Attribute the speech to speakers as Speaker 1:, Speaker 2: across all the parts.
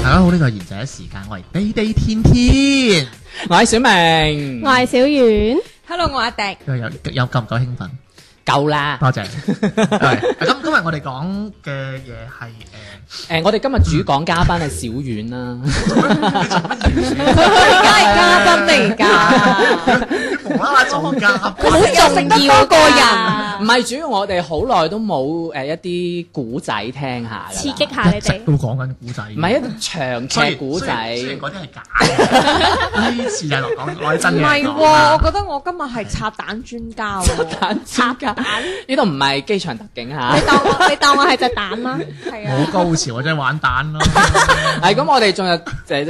Speaker 1: 大家好，呢個係賢者時間，我係地地天天，
Speaker 2: 我係小明
Speaker 3: 我，係小圓，
Speaker 4: Hello，我阿迪，
Speaker 1: 有有有夠唔夠興奮？
Speaker 2: 夠啦。
Speaker 1: 多謝 你。係咁今日我哋講嘅嘢係呃
Speaker 2: 誒，我哋今日主講嘉賓係小遠啦，
Speaker 4: 梗係嘉賓嚟
Speaker 1: 誒
Speaker 4: 㗎，
Speaker 1: 無啦啦做嘉
Speaker 3: 佢
Speaker 1: 賓，
Speaker 3: 好重要個
Speaker 2: 唔係主要我哋好耐都冇誒一啲古仔聽下㗎啦
Speaker 3: 刺激下你
Speaker 1: 一直
Speaker 3: 哋。
Speaker 1: 都講緊古仔，
Speaker 2: 唔係一啲長
Speaker 1: 雖
Speaker 2: 劇
Speaker 1: 然
Speaker 2: 古仔，
Speaker 1: 雖然雖然嗰啲係假 嘅，呢次就係講攞啲真
Speaker 4: 唔
Speaker 1: 嘢
Speaker 4: 係
Speaker 1: 嚟
Speaker 4: 喎，
Speaker 1: 講啊啦
Speaker 4: 我覺得我今日係拆彈專家喎。
Speaker 2: 蛋專家呢度唔係機場特警嚇
Speaker 3: 你。當我你當我係隻蛋啦，係啊，
Speaker 1: 冇高潮，我真係玩 蛋咯。
Speaker 2: 係咁，我哋進入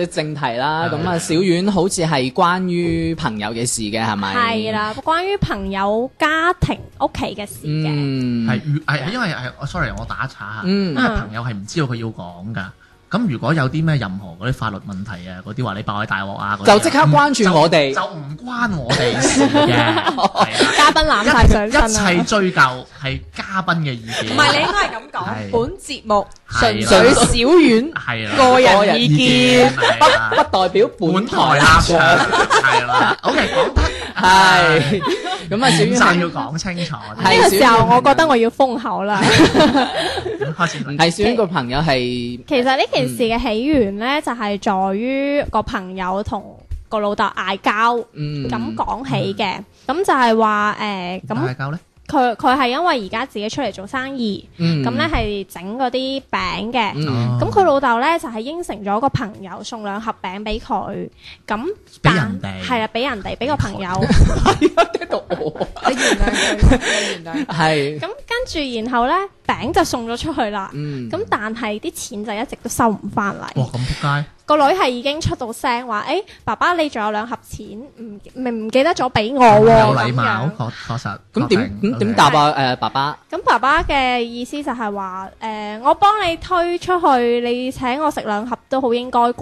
Speaker 2: 誒正題啦。
Speaker 1: 係
Speaker 2: 咁啊，小丸好似係關於朋友嘅事嘅，係咪？
Speaker 3: 係。啦。關於朋友、家庭、屋企嘅事嘅，
Speaker 2: 嗯，
Speaker 1: 係如係係因為係我哦 sorry，我打岔嚇，
Speaker 2: 嗯
Speaker 1: 因為朋友係唔知道佢要講噶。咁如果有啲咩任何嗰啲法律問題啊，嗰啲話你爆喺大鑊啊，嗰啲
Speaker 2: 就即刻關注我哋
Speaker 1: 就唔關我哋事嘅，係啦
Speaker 3: 嘉賓攬晒 上身啊
Speaker 1: 一切！追究係嘉賓嘅意見，
Speaker 4: 唔係你應該係咁講，
Speaker 1: 係
Speaker 4: 本節目純
Speaker 1: 係啦
Speaker 4: 粹小院
Speaker 1: 係啦
Speaker 4: 個人意見。
Speaker 1: 係啦
Speaker 2: 不不代表 本
Speaker 1: 本
Speaker 2: 台
Speaker 1: 台立
Speaker 2: 立
Speaker 1: 場
Speaker 2: 場。
Speaker 1: 係啦，OK 講得
Speaker 2: 係。咁啊，
Speaker 1: 就
Speaker 2: 小丸係
Speaker 1: 要講清楚啲，
Speaker 2: 係
Speaker 3: 呢個時候，我覺得我要封 口啦。
Speaker 1: 開始
Speaker 2: 唔係小丸個朋友係
Speaker 3: 其實呢件事嘅起源呢，就係在於個朋友同個老豆嗌交
Speaker 2: 嗯
Speaker 3: 咁講起嘅，咁就係話誒
Speaker 1: 嗌
Speaker 3: 咁
Speaker 1: 交咧，
Speaker 3: 佢佢係因為而家自己出嚟做生意。
Speaker 2: 嗯
Speaker 3: 咁咧係整嗰啲餅嘅。
Speaker 1: 哦
Speaker 2: 嗯
Speaker 3: 咁佢老豆咧就係應承咗個朋友送兩盒餅俾佢，咁
Speaker 1: 俾
Speaker 3: 但
Speaker 1: 人哋
Speaker 3: 係啦，啊俾人哋俾個
Speaker 1: 哎
Speaker 3: 朋友。
Speaker 2: 聽到我
Speaker 1: 哦
Speaker 4: 你原諒佢，你原 諒佢。
Speaker 2: 係
Speaker 3: 咁跟住然後咧餅就送咗出去啦。
Speaker 2: 嗯
Speaker 3: 咁但係啲錢就一直都收唔翻
Speaker 1: 哇
Speaker 3: 嚟。
Speaker 1: 咁仆街，
Speaker 3: 個女係已經出到聲話：，誒、爸爸你仲有兩盒錢，唔唔唔記得咗俾我喎、
Speaker 1: 有禮貌
Speaker 3: 咁樣，
Speaker 1: 確確實。
Speaker 2: 啊咁點
Speaker 1: 確定
Speaker 2: 咁點答？啊？誒爸爸
Speaker 3: 咁爸爸嘅意思就係話：，誒、我幫你推出去，你請我食兩盒都好應該啩。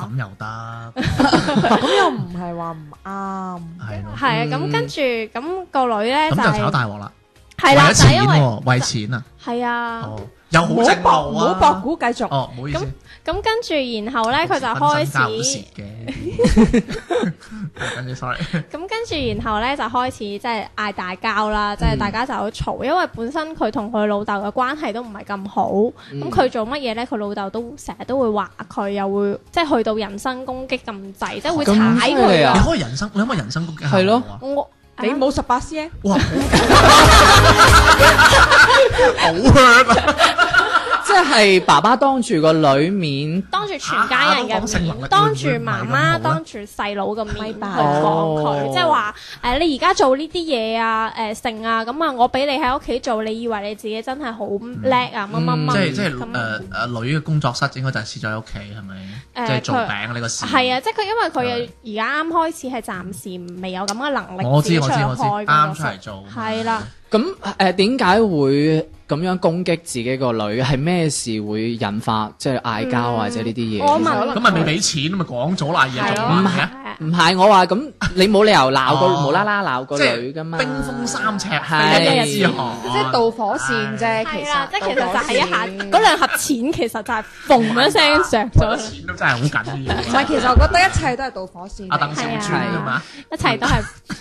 Speaker 1: 咁又得，
Speaker 4: 咁又唔係話唔啱。
Speaker 1: 係咯。
Speaker 3: 係啊，
Speaker 2: 嗯
Speaker 3: 咁跟住咁個女咧
Speaker 1: 咁
Speaker 3: 就
Speaker 1: 就炒
Speaker 3: 係
Speaker 1: 大鑊啦，
Speaker 3: 係啦，
Speaker 1: 為咗
Speaker 3: 就係
Speaker 1: 錢
Speaker 3: 因為
Speaker 1: 喎，為錢啊，
Speaker 3: 係啊，
Speaker 1: 哦，又好正
Speaker 4: 好
Speaker 1: 路
Speaker 4: 唔
Speaker 1: 啊，
Speaker 4: 好博估，繼續。
Speaker 1: 哦，唔好意思，
Speaker 3: 咁跟住然後咧佢就開
Speaker 1: 分身家好蝕
Speaker 3: 始，
Speaker 1: 嘅， 跟住 sorry，
Speaker 3: 咁跟住然後咧就開始即係嗌大交啦，即係大家就好嘈，因為本身佢同佢老豆嘅關係都唔係咁好，
Speaker 2: 嗯
Speaker 3: 咁佢做乜嘢咧？佢老豆都成日都會話佢，又會即係去到人身攻擊咁滯，即係會踩
Speaker 2: 咁犀利
Speaker 3: 佢
Speaker 2: 啊
Speaker 1: 你
Speaker 3: 啊！
Speaker 1: 可以人生，你可唔可以人生攻擊下
Speaker 2: 係咯
Speaker 1: 我啊
Speaker 3: 我
Speaker 4: 你冇十八 cm，
Speaker 1: 哇， 好 hurt 啊！
Speaker 2: 即係爸爸當住個女面
Speaker 3: 當住全家人
Speaker 1: 啊都講性
Speaker 3: 嘅
Speaker 1: 能力
Speaker 3: 面，當住
Speaker 1: 會唔會
Speaker 3: 媽
Speaker 1: 唔係咁好
Speaker 3: 媽、
Speaker 1: 咧
Speaker 3: 當住細佬嘅面去
Speaker 4: 咪吧
Speaker 3: 講佢，
Speaker 2: 哦
Speaker 3: 即係話誒你而家做呢啲嘢啊，誒成啊，咁啊我俾你喺屋企做，你以為你自己真係好叻啊乜乜
Speaker 1: 即係
Speaker 3: 乜
Speaker 1: 即係
Speaker 3: 咁
Speaker 1: 誒誒女嘅工作室應該就係試咗喺屋企係咪？即
Speaker 3: 誒
Speaker 1: 係做
Speaker 3: 佢
Speaker 1: 餅呢個事
Speaker 3: 係啊，即係佢因為佢而家啱開始係暫時未有咁嘅能力，
Speaker 1: 我知
Speaker 3: 自己
Speaker 1: 我
Speaker 3: 出
Speaker 1: 知
Speaker 3: 去
Speaker 1: 我知，
Speaker 3: 開
Speaker 1: 啱
Speaker 3: 工
Speaker 1: 出
Speaker 3: 作室
Speaker 1: 嚟做
Speaker 3: 係啦，
Speaker 2: 咁誒點解會咁樣攻擊自己個女？係咩事會引發即係嗌交或者呢啲嘢？
Speaker 3: 我
Speaker 4: 可能
Speaker 3: 問
Speaker 1: 咁咪未俾錢咪講咗啦，啊嘢做
Speaker 2: 唔
Speaker 1: 乜
Speaker 2: 係
Speaker 1: 嘅？
Speaker 2: 唔係我話咁，你冇理由鬧個
Speaker 1: 哦
Speaker 2: 無啦啦鬧個
Speaker 1: 即係
Speaker 2: 女噶嘛？
Speaker 1: 冰封三尺，
Speaker 2: 係
Speaker 1: 非一日之寒，
Speaker 4: 即係導火線啫。
Speaker 3: 係
Speaker 4: 其
Speaker 3: 啦
Speaker 4: 實，
Speaker 3: 即係其實就係一下
Speaker 4: 導火線
Speaker 3: 嗰兩盒錢，其實就係嘣一聲着
Speaker 1: 咗
Speaker 3: 咗，
Speaker 1: 錢都真係好緊要啊。
Speaker 4: 唔係，其實我覺得一切都係導火線
Speaker 1: 阿鄧
Speaker 4: 嚟，
Speaker 1: 小專啊嘛，
Speaker 3: 一切都係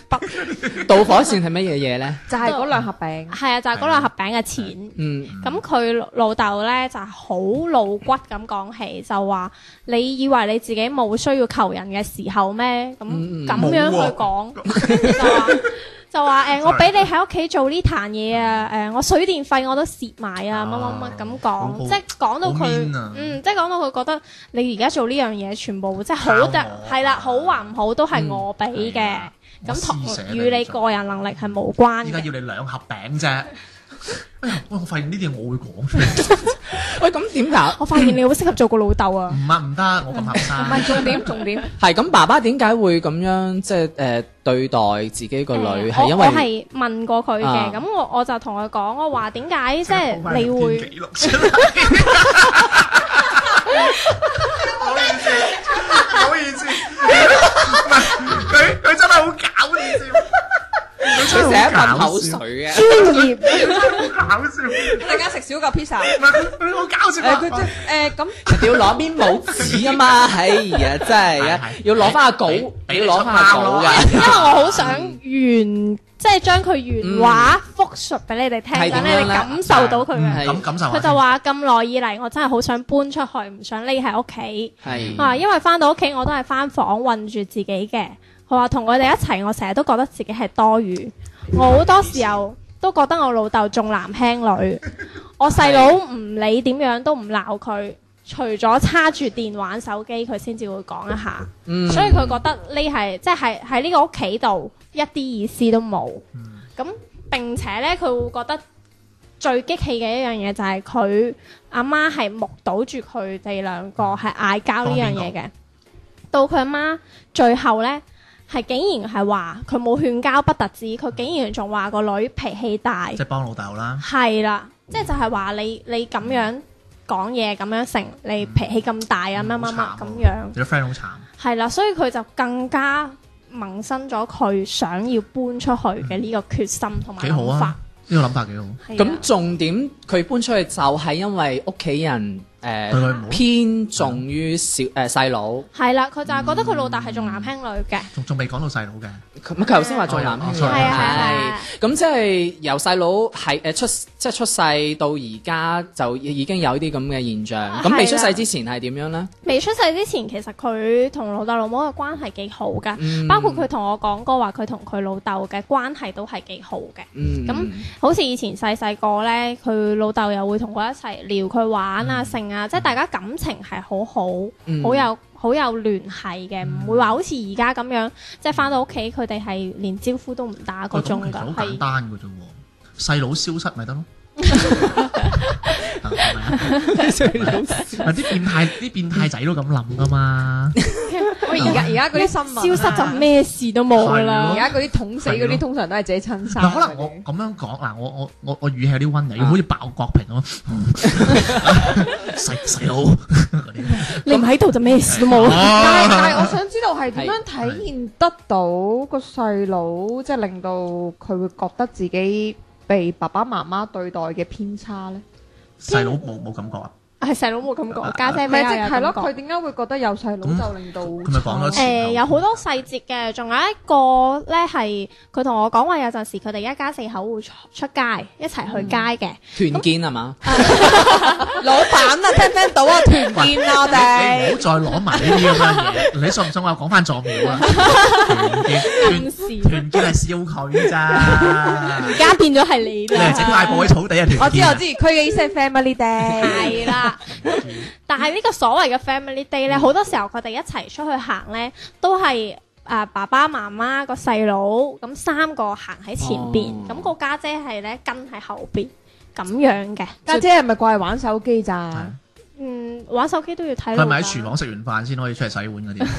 Speaker 3: 不
Speaker 2: 導火線係乜嘢嘢咧？
Speaker 4: 就係嗰兩盒餅。
Speaker 3: 係啊，就係嗰兩盒餅嘅錢。
Speaker 2: 嗯，
Speaker 3: 咁佢老豆咧就係好露骨咁講起，就話你以為你自己冇需要求人嘅時候咩？咁
Speaker 2: 嗯嗯
Speaker 1: 啊
Speaker 3: 咁樣去講，就話
Speaker 5: 就話 诶，誒
Speaker 1: Sorry
Speaker 5: 我俾你喺屋企做呢壇嘢啊，诶，我水電費我都蝕埋啊，
Speaker 1: 啊
Speaker 5: 乜乜乜咁
Speaker 1: 好
Speaker 5: 講，即係講到
Speaker 1: 好
Speaker 5: 佢
Speaker 1: mean 啊，
Speaker 5: 嗯，即係講到佢覺得你而家做呢樣嘢，全部即係好得
Speaker 1: 靠我
Speaker 5: 係啦，好還唔好都係我俾
Speaker 1: 啊嗯係
Speaker 5: 嘅
Speaker 1: 啊，
Speaker 5: 咁
Speaker 1: 我施
Speaker 5: 同
Speaker 1: 捨
Speaker 5: 與
Speaker 1: 俾
Speaker 5: 你
Speaker 1: 你做
Speaker 5: 個人能力係無關
Speaker 1: 依家
Speaker 5: 嘅。
Speaker 1: 要你兩盒餅啫。哎呀，喂，我發現呢啲嘢我會講出嚟，
Speaker 2: 喂，咁點搞？
Speaker 5: 我發現你好適合做個老 豆啊！
Speaker 1: 唔啊唔得，我咁後
Speaker 4: 唔
Speaker 1: 生，
Speaker 4: 係重點，重點
Speaker 2: 係咁，爸爸點解會咁樣即係诶對待自己個女？
Speaker 5: 誒
Speaker 2: 係因
Speaker 5: 我我
Speaker 2: 為
Speaker 5: 係問過佢
Speaker 2: 啊
Speaker 5: 嘅，咁我我就同佢講，我話點 解即
Speaker 1: 即
Speaker 5: 係你
Speaker 1: 刻鋪翻條片
Speaker 5: 會
Speaker 1: 記錄出嚟。唔好意思，唔好意思，唔係佢佢真係好搞笑，佢
Speaker 2: 佢成
Speaker 1: 真係
Speaker 2: 日
Speaker 1: 好
Speaker 2: 噴
Speaker 1: 搞
Speaker 2: 口
Speaker 1: 笑，
Speaker 2: 水嘅。
Speaker 5: 專業
Speaker 1: 好搞笑，唔
Speaker 4: 突然間食少嚿 pizza，
Speaker 1: 係佢佢好搞笑
Speaker 4: 誒佢
Speaker 1: 啊！
Speaker 4: 真誒咁
Speaker 2: 人哋要攞邊冇紙啊 嘛，哎呀，真係啊
Speaker 1: 係係，
Speaker 2: 要攞翻個稿，
Speaker 1: 俾
Speaker 2: 要
Speaker 1: 俾你
Speaker 2: 攞翻個稿
Speaker 1: 出貓
Speaker 2: 㗎。
Speaker 5: 因為我好想原即係將佢原話復述俾你哋聽，
Speaker 2: 係點
Speaker 5: 等你
Speaker 2: 樣
Speaker 5: 哋
Speaker 2: 呢
Speaker 5: 感受到佢
Speaker 2: 嗯
Speaker 5: 嘅。
Speaker 2: 係
Speaker 1: 咁感受下
Speaker 5: 佢就話咁耐以嚟，我真係好想搬出去，唔想匿喺屋企。
Speaker 2: 係
Speaker 5: 啊，因為翻到屋企我都係翻房困住自己嘅。佢話同佢哋一齊，我成日都覺得自己係多餘。我好多時候都覺得我老豆重男輕女，我細佬唔理點樣都唔鬧佢，除咗叉住電玩手機，佢先至會講一下。
Speaker 2: 嗯
Speaker 5: 所以佢覺得呢係即係喺呢個屋企度一啲意思都冇。
Speaker 1: 嗯
Speaker 5: 咁、並且呢，佢會覺得最激氣嘅一樣嘢就係佢阿媽係目睹住佢哋兩
Speaker 1: 嗯
Speaker 5: 個係嗌交呢樣嘢嘅。到佢阿媽最後呢，係竟然係話佢冇勸交不特止，佢竟然仲話個女脾氣大
Speaker 1: 即。係幫老豆啦，
Speaker 5: 係啦，即係就係話你你咁樣講嘢咁樣成，你脾氣咁大啊乜
Speaker 1: 嗯
Speaker 5: 乜乜
Speaker 1: 好慘
Speaker 5: 咁
Speaker 1: 喎
Speaker 5: 樣。
Speaker 1: 你個 friend 好慘。
Speaker 5: 係啦，所以佢就更加萌生咗佢想要搬出去嘅呢個決心同埋
Speaker 1: 幾好
Speaker 5: 諗
Speaker 1: 啊
Speaker 5: 法。！
Speaker 1: 呢個諗法幾好，
Speaker 5: 係啊
Speaker 2: 咁重點佢搬出去就係因為屋企人
Speaker 1: 對
Speaker 2: 誒
Speaker 1: 佢唔好，
Speaker 2: 偏重於小
Speaker 5: 嗯
Speaker 2: 誒細佬，
Speaker 5: 係啦，佢就係覺得佢老豆係重男輕女嘅，
Speaker 1: 仲仲未講到細佬嘅，
Speaker 2: 佢佢頭先話重男輕女
Speaker 1: 哦
Speaker 5: 係啊係
Speaker 2: 嗯係
Speaker 5: 啊。
Speaker 2: 咁即係由細佬係誒出即係出世到而家就已經有啲咁嘅現象。咁未出世之前啊係點樣咧？
Speaker 5: 未出世之前，其實佢同老豆老母嘅關係幾好噶，
Speaker 2: 嗯
Speaker 5: 包括佢同我講過話，佢同佢老豆嘅關係都係幾好嘅。
Speaker 2: 嗯
Speaker 5: 咁好似以前細細個咧，佢老豆又會同佢一齊撩佢玩啊、剩啊，即係大家感情係好好，
Speaker 2: 嗯
Speaker 5: 好有好有聯繫嘅，
Speaker 1: 嗯
Speaker 5: 唔會話好似而家咁樣，即係翻到屋企佢哋係連招呼都唔打嗰
Speaker 1: 喂
Speaker 5: 種
Speaker 1: 哦咁其實好
Speaker 5: 㗎，
Speaker 1: 簡
Speaker 5: 係
Speaker 1: 單嘅啫喎，細佬消失咪 得咯。係咪咪啲變態啲變態仔都咁諗噶嘛？
Speaker 4: 喂而家而家嗰啲新聞
Speaker 5: 消
Speaker 4: 啊
Speaker 5: 失就咩事都冇㗎
Speaker 1: 係
Speaker 4: 而
Speaker 1: 咯
Speaker 5: 啦。
Speaker 4: 家嗰啲捅死嗰啲通常都係自己親生
Speaker 1: 嗱，
Speaker 4: 嗰啲。
Speaker 1: 可能我咁樣講嗱，我我我我語氣有啲温柔，
Speaker 2: 啊
Speaker 1: 好似爆國平咁， 細細佬嗰啲
Speaker 5: 你唔喺度就咩事 都冇啦。
Speaker 1: 啊
Speaker 4: 但係但係我想知道係點樣體現得到個細佬，即係令到佢會覺得自己被爸爸媽媽對待嘅偏差咧？
Speaker 1: 細佬冇冇感覺啊？
Speaker 5: 係細佬冇咁講，家姐
Speaker 4: 咪
Speaker 5: 咪
Speaker 4: 即
Speaker 5: 係
Speaker 4: 係
Speaker 5: 係
Speaker 4: 咯，
Speaker 5: 咯，
Speaker 4: 佢點解會覺得有細佬
Speaker 1: 嗯咁
Speaker 4: 就令到
Speaker 1: 佢咪講咗
Speaker 4: 差
Speaker 1: 次
Speaker 5: 誒有好多細節嘅，仲有一個咧係佢同我講話，有陣時佢哋一家四口會出出街一齊去
Speaker 1: 嗯
Speaker 5: 街嘅。
Speaker 2: 團建係嘛？
Speaker 4: 老闆啊，聽唔聽到啊？團建啊，我
Speaker 1: 你唔好再攞埋呢啲咁樣嘢，你信唔信我講翻壯苗 啊？團
Speaker 5: 暗
Speaker 1: 結
Speaker 5: 示
Speaker 1: 團團結係笑佢咋，
Speaker 5: 而家變咗係你
Speaker 1: 你
Speaker 5: 啦
Speaker 1: 係整。塊布喺草地啊！團結啊
Speaker 4: 知，佢嘅意思係 family day。
Speaker 5: 係啦，但係呢個所謂嘅 family day
Speaker 1: 嗯
Speaker 5: 咧，好多時候佢哋一齊出去行咧，都係啊爸爸媽媽個細佬咁三個行喺前邊，
Speaker 2: 哦
Speaker 5: 咁、個家姐係咧跟喺後邊咁樣嘅。
Speaker 4: 家姐係咪掛係玩手機咋？
Speaker 5: 嗯，玩手機都要睇
Speaker 1: 佢係
Speaker 5: 路
Speaker 1: 咪喺
Speaker 5: 㗎
Speaker 1: 廚房食完飯先可以出嚟洗碗嗰啲？啊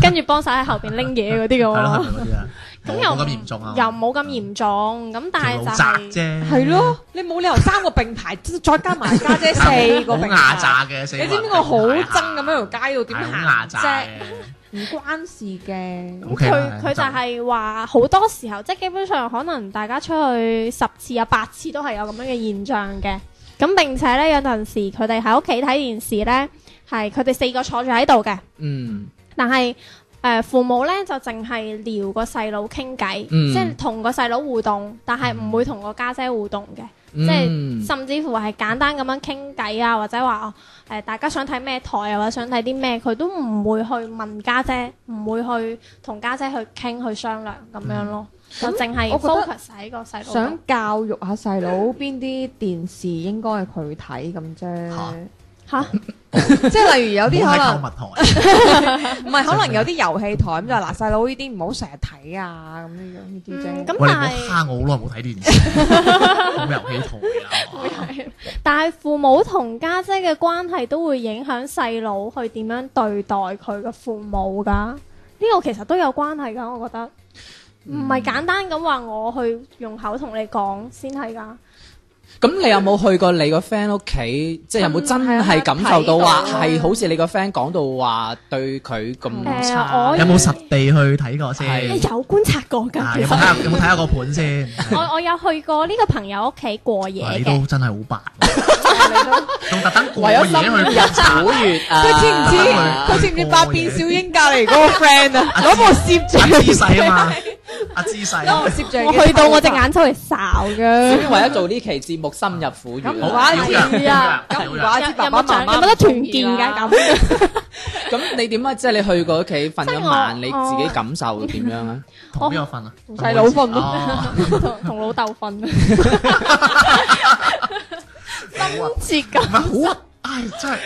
Speaker 5: 跟住幫手喺後邊拎嘢嗰啲嘅
Speaker 1: 係咯，係
Speaker 5: 喎。
Speaker 1: 咪嗰啲啊？
Speaker 5: 咁
Speaker 1: 冇
Speaker 5: 又
Speaker 1: 冇咁嚴重啊？
Speaker 5: 又冇咁嚴重，咁但係
Speaker 1: 條
Speaker 5: 就
Speaker 1: 路窄
Speaker 5: 係、
Speaker 1: 啫，
Speaker 4: 係咯，你冇理由三個並排，再加埋家姐四個
Speaker 1: 好
Speaker 4: 並
Speaker 1: 牙
Speaker 4: 排。
Speaker 1: 渣嘅四個
Speaker 4: 你
Speaker 1: 人。
Speaker 4: 知唔知我好憎咁樣條街度點
Speaker 1: 啊係好
Speaker 4: 行
Speaker 1: 牙渣
Speaker 4: 啫
Speaker 1: 嘅？
Speaker 4: 唔關事嘅。
Speaker 1: O
Speaker 5: 咁
Speaker 1: K
Speaker 5: 佢佢就係話好多時候，即係基本上可能大家出去十次有八次都係有咁樣嘅現象嘅。咁並且咧有陣時佢哋喺屋企睇電視咧，係佢哋四個坐住喺度嘅，
Speaker 2: 嗯
Speaker 5: 但係誒、呃父母咧就淨係撩個細佬傾偈，
Speaker 2: 嗯
Speaker 5: 即係同個細佬互動，但係唔會同個家姐互動嘅。即
Speaker 2: 嗯
Speaker 5: 係甚至乎係簡單咁樣傾偈啊，或者話哦誒大家想睇咩台啊，或者想睇啲咩，佢都唔會去問家姐，唔會去同家姐去傾去商量咁樣咯，就淨係
Speaker 4: 我覺得
Speaker 5: focus 喺個細路度。
Speaker 4: 想教育下細佬邊啲電視應該係佢睇咁
Speaker 1: 嚇
Speaker 4: 啫，
Speaker 5: 嚇
Speaker 4: 即係例如有啲可能
Speaker 1: 唔好睇購物台，
Speaker 4: 唔係可能有啲遊戲台咁就嗱細佬呢啲唔好成日睇啊咁樣呢啲啫
Speaker 5: 嗯。咁
Speaker 1: 喂你唔
Speaker 5: 但係
Speaker 1: 好蝦我，好耐冇睇電 視，冇遊戲台啦。
Speaker 5: 但係父母同家姐嘅關係都會影響細佬去點樣對待佢嘅父母㗎。呢個其實都有關係㗎，我覺得唔係簡單咁話我去用口同你講先係㗎。
Speaker 2: 咁你有冇去過你個 friend 屋企？即係有冇真
Speaker 5: 啊
Speaker 2: 係感受到話係好似你個 friend 講到話對佢咁
Speaker 5: 誒、
Speaker 2: 嗯差？
Speaker 5: 我
Speaker 1: 有冇實地去睇過先？
Speaker 2: 係
Speaker 5: 有觀察過㗎。
Speaker 1: 啊
Speaker 5: 其
Speaker 1: 有冇
Speaker 5: 實
Speaker 1: 睇有冇睇下個盤先？
Speaker 5: 我我有去過呢個朋友屋企過夜
Speaker 1: 哇你
Speaker 5: 嘅，
Speaker 1: 都真係好白，仲特登過
Speaker 2: 為
Speaker 1: 夜
Speaker 2: 咗
Speaker 1: 去
Speaker 2: 深入
Speaker 1: 觀察。
Speaker 2: 古月啊！
Speaker 4: 佢知唔知？
Speaker 1: 啊
Speaker 4: 佢知唔知百變小櫻隔離嗰個 friend 啊？攞部攝
Speaker 1: 阿姿
Speaker 4: 像
Speaker 1: 勢啊嘛，阿姿勢
Speaker 4: 攞部攝 像
Speaker 5: 我去到我隻眼周嚟睄
Speaker 2: 小
Speaker 4: 嘅。
Speaker 2: 英為咗做呢期節目深入苦月
Speaker 4: 唔
Speaker 1: 好
Speaker 2: 啦，
Speaker 4: 怪
Speaker 1: 屌
Speaker 4: 之
Speaker 1: 人
Speaker 5: 係啊
Speaker 1: 屌人屌人
Speaker 4: 咁唔怪之爸
Speaker 5: 有冇
Speaker 4: 爸
Speaker 5: 獎
Speaker 4: 媽媽
Speaker 5: 有冇得團
Speaker 4: 唔中意
Speaker 5: 建
Speaker 3: 啊
Speaker 5: 㗎
Speaker 4: 啦
Speaker 5: 咁？
Speaker 2: 咁你點啊？即係你去過屋企瞓
Speaker 5: 即係
Speaker 2: 咗
Speaker 5: 我
Speaker 2: 晚，你自己感受點樣啊？
Speaker 1: 同邊個瞓啊？
Speaker 4: 同細佬瞓咯
Speaker 1: 哦
Speaker 5: 同同老豆瞓，深切咁。
Speaker 1: 好啊！唉，真係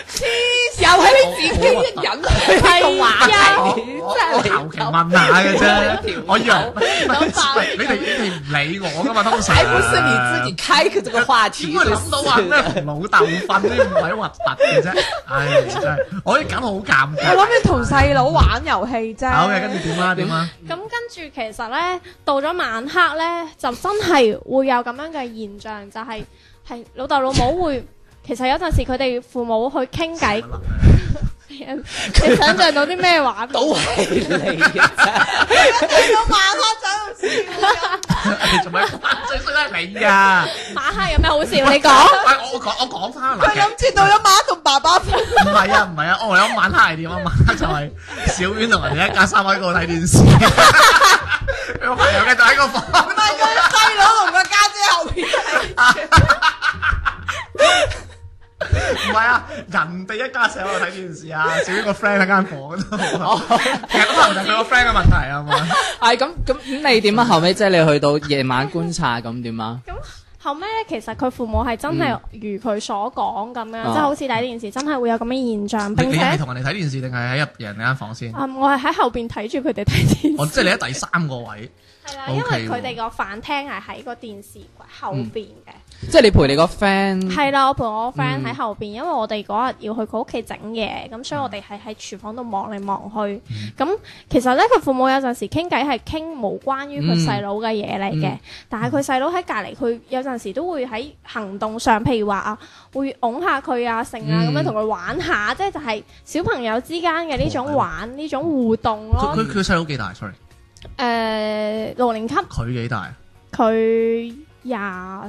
Speaker 4: 又係你自己一人去個話
Speaker 5: 係
Speaker 1: 我我我求其問下嘅啫，我以為唔係你哋你哋唔理我噶嘛，通常。
Speaker 2: 還不是你自己開嘅這個話題，
Speaker 1: 點會諗到話咩同老豆瞓呢唔鬼核突嘅啫？唉，真係我啲感好尷
Speaker 4: 我
Speaker 1: 尬。
Speaker 4: 諗住同細佬玩遊戲啫。
Speaker 1: 好嘅，跟住點啦？點啊？
Speaker 5: 咁跟住其實咧，到咗晚黑咧，就真係會有咁樣嘅現象，就係、係老豆老母會， 其實有陣時佢哋父母去傾偈， 你想像到啲咩畫面？
Speaker 2: 都係你啊！
Speaker 1: 你做咩關最衰都係你 噶？
Speaker 5: 晚黑有咩好笑？你講。
Speaker 1: 喂，哎我我講我講翻啦。
Speaker 4: 住到咗晚同爸爸瞓，
Speaker 1: 唔係啊，唔係啊，我有晚黑係點啊？晚黑就係小丸同人哋一家三口喺度睇電視，佢朋友嘅就喺個房度。
Speaker 4: 細佬同個家姐後邊。
Speaker 1: 唔係啊，人哋一家四口喺度睇電視啊，小丸個 friend 喺間房度。其實可能就係佢個 friend 嘅問題啊嘛。
Speaker 2: 係咁咁咁，你點啊？後尾即係你去到夜晚觀察咁點啊？
Speaker 5: 後尾咧，其實佢父母係
Speaker 1: 嗯
Speaker 5: 真係如佢所講咁樣，
Speaker 2: 啊
Speaker 5: 即係好似睇電視真係會有咁嘅現象。
Speaker 1: 你
Speaker 5: 並
Speaker 1: 你係
Speaker 5: 且，
Speaker 1: 同人哋睇電視定係喺入人哋間房先？
Speaker 5: 嗯，我係喺後邊睇住佢哋睇電視。
Speaker 1: 我哦即係你喺第三個位，
Speaker 5: 係啦，
Speaker 1: OK
Speaker 5: 因為佢哋個飯廳係喺個電視櫃後邊嘅。
Speaker 2: 即係你陪你個 friend
Speaker 5: 係啦，我陪我 friend 喺後邊，因為我哋嗰日要去佢屋企整嘢，咁所以我哋係喺廚房度望嚟望去。咁其實咧，佢父母有陣時傾偈係傾冇關於佢細佬嘅嘢嚟嘅
Speaker 2: 嗯，
Speaker 5: 但係佢細佬喺隔離，佢有陣時都會喺行動上，譬如話啊，會擁下佢啊，成啊，
Speaker 2: 嗯
Speaker 5: 咁樣同佢玩下，即係就係小朋友之間嘅呢種玩呢種互動咯
Speaker 1: 佢。佢佢細佬幾大？sorry，
Speaker 5: 誒，六年級
Speaker 1: 佢幾大？
Speaker 5: 佢廿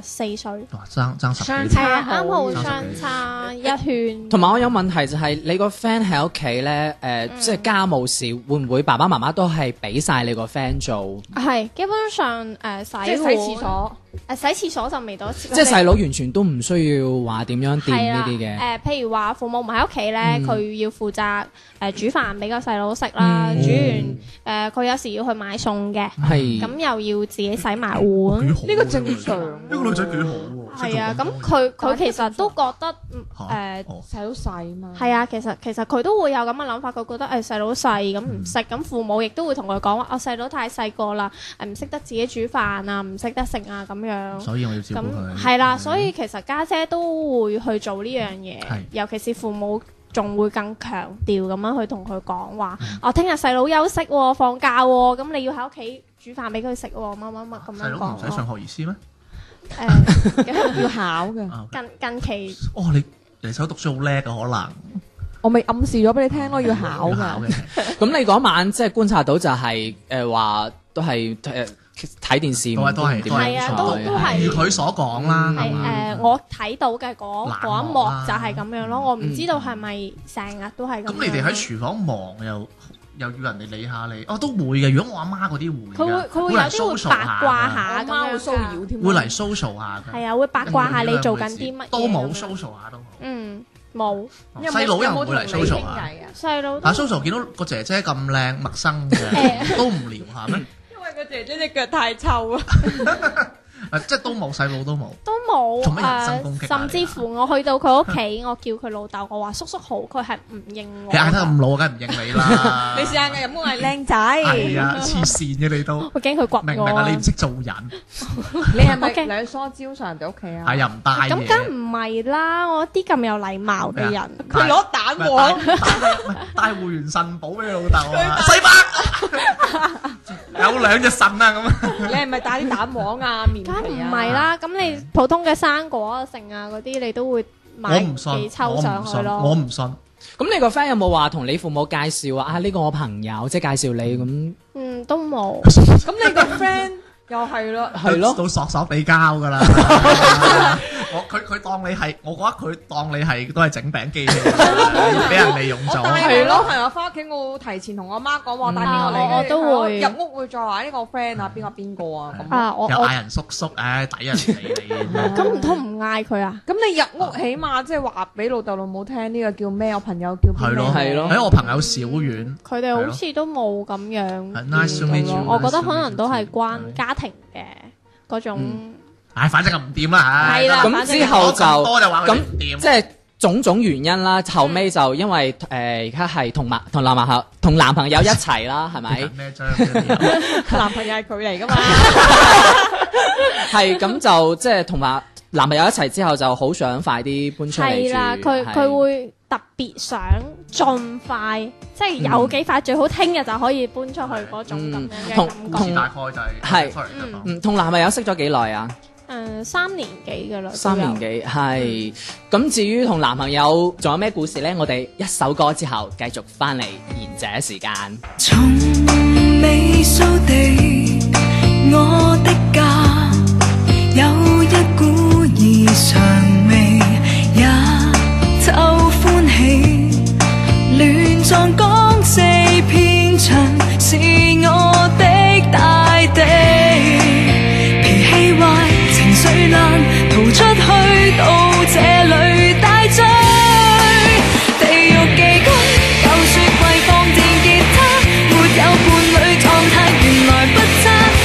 Speaker 5: 四歲。
Speaker 1: 哇，爭爭十幾
Speaker 4: 相
Speaker 1: 歲
Speaker 4: 差
Speaker 5: 係啊，啱好
Speaker 1: 三十
Speaker 5: 相差一圈。
Speaker 2: 同埋我有問題就係你個 friend 喺屋企咧，誒、
Speaker 5: 嗯
Speaker 2: 即係家務事會唔會爸爸媽媽都係俾晒你個 friend 做？
Speaker 5: 係基本上誒、呃洗
Speaker 4: 即係洗
Speaker 5: 碗
Speaker 4: 廁，所，
Speaker 5: 誒洗廁所就未到，即
Speaker 2: 即係細佬完全都唔需要話點樣掂呢啲嘅。
Speaker 5: 誒，呃譬如話父母唔喺屋企咧，
Speaker 2: 嗯
Speaker 5: 佢、要負責誒、呃煮飯俾個細佬食啦，
Speaker 2: 嗯
Speaker 5: 煮完誒呃佢、有時要去買餸嘅，
Speaker 2: 係
Speaker 5: 咁、又要自己洗埋
Speaker 1: 幾
Speaker 5: 碗。
Speaker 1: 好
Speaker 4: 呢個正
Speaker 1: 喎
Speaker 4: 常
Speaker 1: 呢個女仔幾好喎。識
Speaker 5: 係啊，
Speaker 1: 做
Speaker 5: 咁
Speaker 1: 咁多嘢
Speaker 5: 佢佢其實都覺得嗯
Speaker 1: 嚇
Speaker 5: 誒
Speaker 1: 哦
Speaker 4: 細佬細嘛。
Speaker 5: 係啊，其實其實佢都會有咁嘅諗法，佢覺得誒細佬細咁唔識，咁父母亦都會同佢講話，我細佬太細個啦，誒唔識得自己煮飯啊，唔識得食啊咁樣。
Speaker 1: 所以我要照
Speaker 5: 咁
Speaker 1: 顧佢。啊
Speaker 5: 係啦，所以其實家姐都會去做呢樣嘢
Speaker 1: 係，
Speaker 5: 尤其是父母仲會更強調咁樣去同佢講話，
Speaker 1: 嗯
Speaker 5: 我聽日細佬休息喎，放假喎，咁你要喺屋企煮飯俾佢食喎，乜乜乜咁
Speaker 1: 細
Speaker 5: 樣
Speaker 1: 佬唔使
Speaker 5: 講
Speaker 1: 上
Speaker 5: 咯。
Speaker 1: 學而思咩？
Speaker 5: 誒
Speaker 4: 要考嘅。
Speaker 1: 啊，
Speaker 5: 近近期
Speaker 1: 哦，你你手讀書好叻啊嘅可能。
Speaker 4: 我咪暗示咗俾你聽咯，要考
Speaker 1: 要
Speaker 4: 噶
Speaker 1: 考。嘅，
Speaker 2: 咁你嗰晚即係觀察到就係誒話都係誒睇電視唔
Speaker 1: 都係都 係
Speaker 2: 點
Speaker 1: 都係
Speaker 2: 樣
Speaker 5: 係啊
Speaker 2: 彩
Speaker 5: 都都係嗯
Speaker 1: 如佢所講啦，
Speaker 5: 係
Speaker 1: 係
Speaker 5: 誒、
Speaker 1: 嘛？
Speaker 5: 我睇到嘅嗰
Speaker 1: 啊冷
Speaker 5: 嗰一幕
Speaker 1: 漠啦啊嗯
Speaker 5: 就係咁樣咯，我唔知道係咪成日都係咁樣。
Speaker 1: 咁你哋喺廚房忙又又要人哋理下你，哦我都會嘅。如果我阿媽嗰啲會㗎，
Speaker 5: 佢會佢會
Speaker 1: 會
Speaker 5: 有
Speaker 1: 嚟
Speaker 5: 啲
Speaker 1: social
Speaker 5: 會八卦
Speaker 1: 㗎
Speaker 5: 下咁
Speaker 4: 我媽會
Speaker 5: 樣
Speaker 4: 騷擾添啊，
Speaker 1: 會嚟 social 下㗎。
Speaker 5: 係啊，會八卦下你做緊啲乜嘢。
Speaker 1: 都冇。social 下都好。
Speaker 5: 嗯，冇
Speaker 4: 有冇
Speaker 1: 細佬又唔
Speaker 4: 有冇
Speaker 1: 會嚟
Speaker 4: 同你
Speaker 1: social
Speaker 4: 傾
Speaker 1: 下。
Speaker 4: 偈啊？
Speaker 5: 細佬都
Speaker 1: 啊，social 見到個姐姐咁靚陌生嘅，
Speaker 5: 誒
Speaker 1: 都唔聊下 咩？
Speaker 3: 因為個姐姐只腳太臭啊，
Speaker 1: 啊即係都冇細佬都冇。
Speaker 5: 都冇
Speaker 1: 做乜人身
Speaker 5: 誒
Speaker 1: 攻擊啊
Speaker 5: 甚至乎我去到佢屋企，我叫佢老豆，我話叔叔好，佢係唔應我
Speaker 1: 你。嗌得咁老，梗係唔應你 啦。
Speaker 3: 你試下嗌入屋嗌靚
Speaker 1: 係
Speaker 3: 仔，
Speaker 1: 啊，黐線嘅你都
Speaker 5: 我驚佢掘
Speaker 1: 明唔
Speaker 5: 我
Speaker 1: 明啊？
Speaker 5: 啊
Speaker 1: 你唔識做人，
Speaker 4: 你係咪
Speaker 5: OK
Speaker 4: 兩梳蕉上人哋屋企啊？
Speaker 1: 係又唔帶
Speaker 5: 咁
Speaker 1: 嘢。啊
Speaker 5: 梗唔係啦，我啲咁有禮貌嘅人，
Speaker 3: 佢攞蛋
Speaker 1: 唔係
Speaker 3: 黃，
Speaker 1: 帶帶帶會員腎寶俾你老豆啊！西伯 有兩隻腎啊咁啊！
Speaker 4: 你係咪帶啲蛋黃啊、面皮
Speaker 5: 梗
Speaker 4: 啊？
Speaker 5: 唔係啦。咁你
Speaker 1: 啊
Speaker 5: 普通嘅生果啊、剩啊嗰啲，你都會
Speaker 1: 我
Speaker 5: 買
Speaker 1: 唔信，
Speaker 5: 幾
Speaker 1: 我
Speaker 5: 抽上
Speaker 1: 唔
Speaker 5: 去
Speaker 1: 信，我
Speaker 5: 咯。
Speaker 1: 唔信。
Speaker 2: 咁你個 friend 有冇話同你父母介紹啊？啊呢個我朋友，即係介紹你咁，
Speaker 5: 嗯，都冇。
Speaker 4: 咁你個 friend 又係咯，
Speaker 2: 係咯，
Speaker 1: 到索索地交 噶啦。我佢佢當你係，我覺得佢當你係都係整餅機 器，俾人利用
Speaker 4: 我
Speaker 1: 咗。
Speaker 4: 帶係咯，係我翻屋企，我提前同我媽講話帶邊個嚟，
Speaker 5: 嗯
Speaker 4: 跟住
Speaker 5: 我都會
Speaker 4: 入屋會再話呢個 friend 啊，邊個邊個啊咁。
Speaker 5: 啊，我
Speaker 1: 又
Speaker 5: 我
Speaker 1: 嗌人叔叔，唉，抵人理 你。
Speaker 5: 咁唔通唔嗌佢啊？
Speaker 4: 咁你入屋起碼即係話俾老豆老母聽呢個叫咩？我朋友叫邊
Speaker 1: 係咯，
Speaker 2: 係咯
Speaker 1: 喺我朋友小遠，
Speaker 5: 佢哋好似都冇咁樣
Speaker 1: 係 nice to meet you，
Speaker 5: 見到咯我覺
Speaker 1: nice
Speaker 5: 得
Speaker 1: to
Speaker 5: 可能都係
Speaker 1: meet you，係嗯
Speaker 5: 關家庭嘅嗰種，
Speaker 1: 唉，反正就唔掂啦，唉。
Speaker 5: 係啦
Speaker 1: 得啦
Speaker 2: 咁之後就
Speaker 1: 講咁多就話佢哋唔
Speaker 2: 咁
Speaker 1: 掂
Speaker 2: 即係種種原因啦。後尾就
Speaker 5: 嗯
Speaker 2: 因為誒而家係同男同男朋友同男朋友一齊 啦，係咪
Speaker 1: 緊？咩張嘅？
Speaker 4: 男朋友係佢嚟噶 嘛？
Speaker 2: 係咁就即係同埋男朋友一齊之後，就好想快啲搬出嚟
Speaker 5: 係
Speaker 2: 住
Speaker 5: 啦，佢
Speaker 2: 係
Speaker 5: 佢會特別想盡快，即係有幾快最好，聽日就可以搬出去嗰種咁
Speaker 2: 嗯
Speaker 5: 樣
Speaker 2: 同
Speaker 1: 好
Speaker 5: 嘅感
Speaker 2: 同
Speaker 1: 似
Speaker 5: 覺。
Speaker 1: 大概就係
Speaker 2: 係
Speaker 1: sorry，
Speaker 5: 嗯
Speaker 1: 就講
Speaker 2: 嗯同男朋友識咗幾耐啊？
Speaker 5: 誒，三年幾噶啦，
Speaker 2: 三年
Speaker 5: 幾。
Speaker 2: 幾
Speaker 5: 嗯
Speaker 2: 係。咁至於同男朋友仲有咩故事呢？我哋一首歌之後繼續翻嚟賢者時間。
Speaker 6: 從未掃地，我的家有一股異常味，也就歡喜。亂撞江四遍牆是我的大地，脾氣壞，情緒爛，逃出去到這裏大醉。地獄寄居，舊雪櫃放電吉他，沒有伴侶狀態完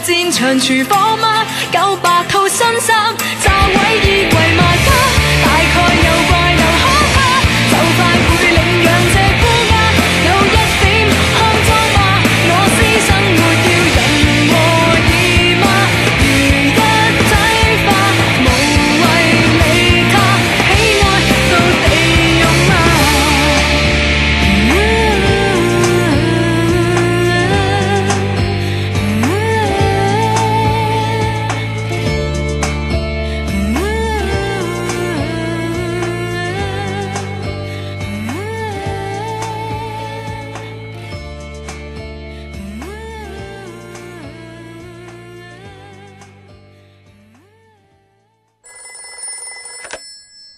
Speaker 6: 戰場廚房嗎？九百套新衫，炸毀衣櫃賣家，大概又怪又可怕，就快會領養隻烏鴉。有一點骯髒吧，我私生活要人和義嗎？如一體化，無謂理他，喜愛到地獄嗎？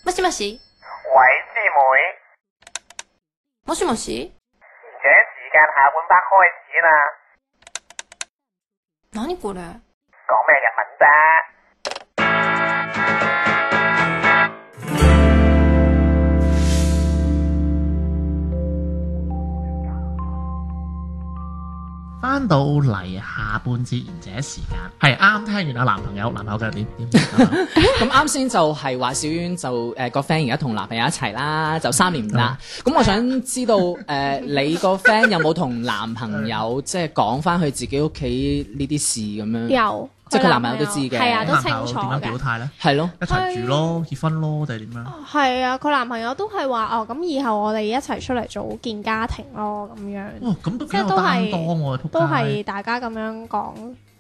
Speaker 7: もしもし
Speaker 8: 喂，師妹，
Speaker 7: もしもし
Speaker 8: 而且時間下半 part 開始啦，
Speaker 7: 何これ
Speaker 8: 講咩日文啫？
Speaker 1: 翻到嚟下半節賢者時間，係啱聽完阿男朋友，男朋友嘅點點點啊
Speaker 2: 咁啱先就係話小婉就誒個 friend 而家同男朋友一齊啦，就三年啦。
Speaker 1: 嗯
Speaker 2: 咁我想知道誒、呃你個 friend 有冇同男朋友即係講翻佢自己屋企呢啲事咁樣？
Speaker 5: 有，
Speaker 2: 即係佢男朋友都知嘅
Speaker 5: 係啊，都
Speaker 1: 男
Speaker 5: 清
Speaker 1: 朋友
Speaker 5: 楚
Speaker 1: 點樣
Speaker 5: 嘅
Speaker 1: 表。態咧？
Speaker 2: 係咯，
Speaker 1: 一齊住咯，結婚咯，定係點樣？
Speaker 5: 係啊，佢男朋友都係話哦，咁以後我哋一齊出嚟組建家庭咯，咁樣
Speaker 2: 嗯
Speaker 1: 哦，咁都幾
Speaker 5: 即係
Speaker 1: 有
Speaker 5: 都
Speaker 1: 擔
Speaker 5: 係
Speaker 1: 當喎，仆街
Speaker 5: 都係大家咁樣講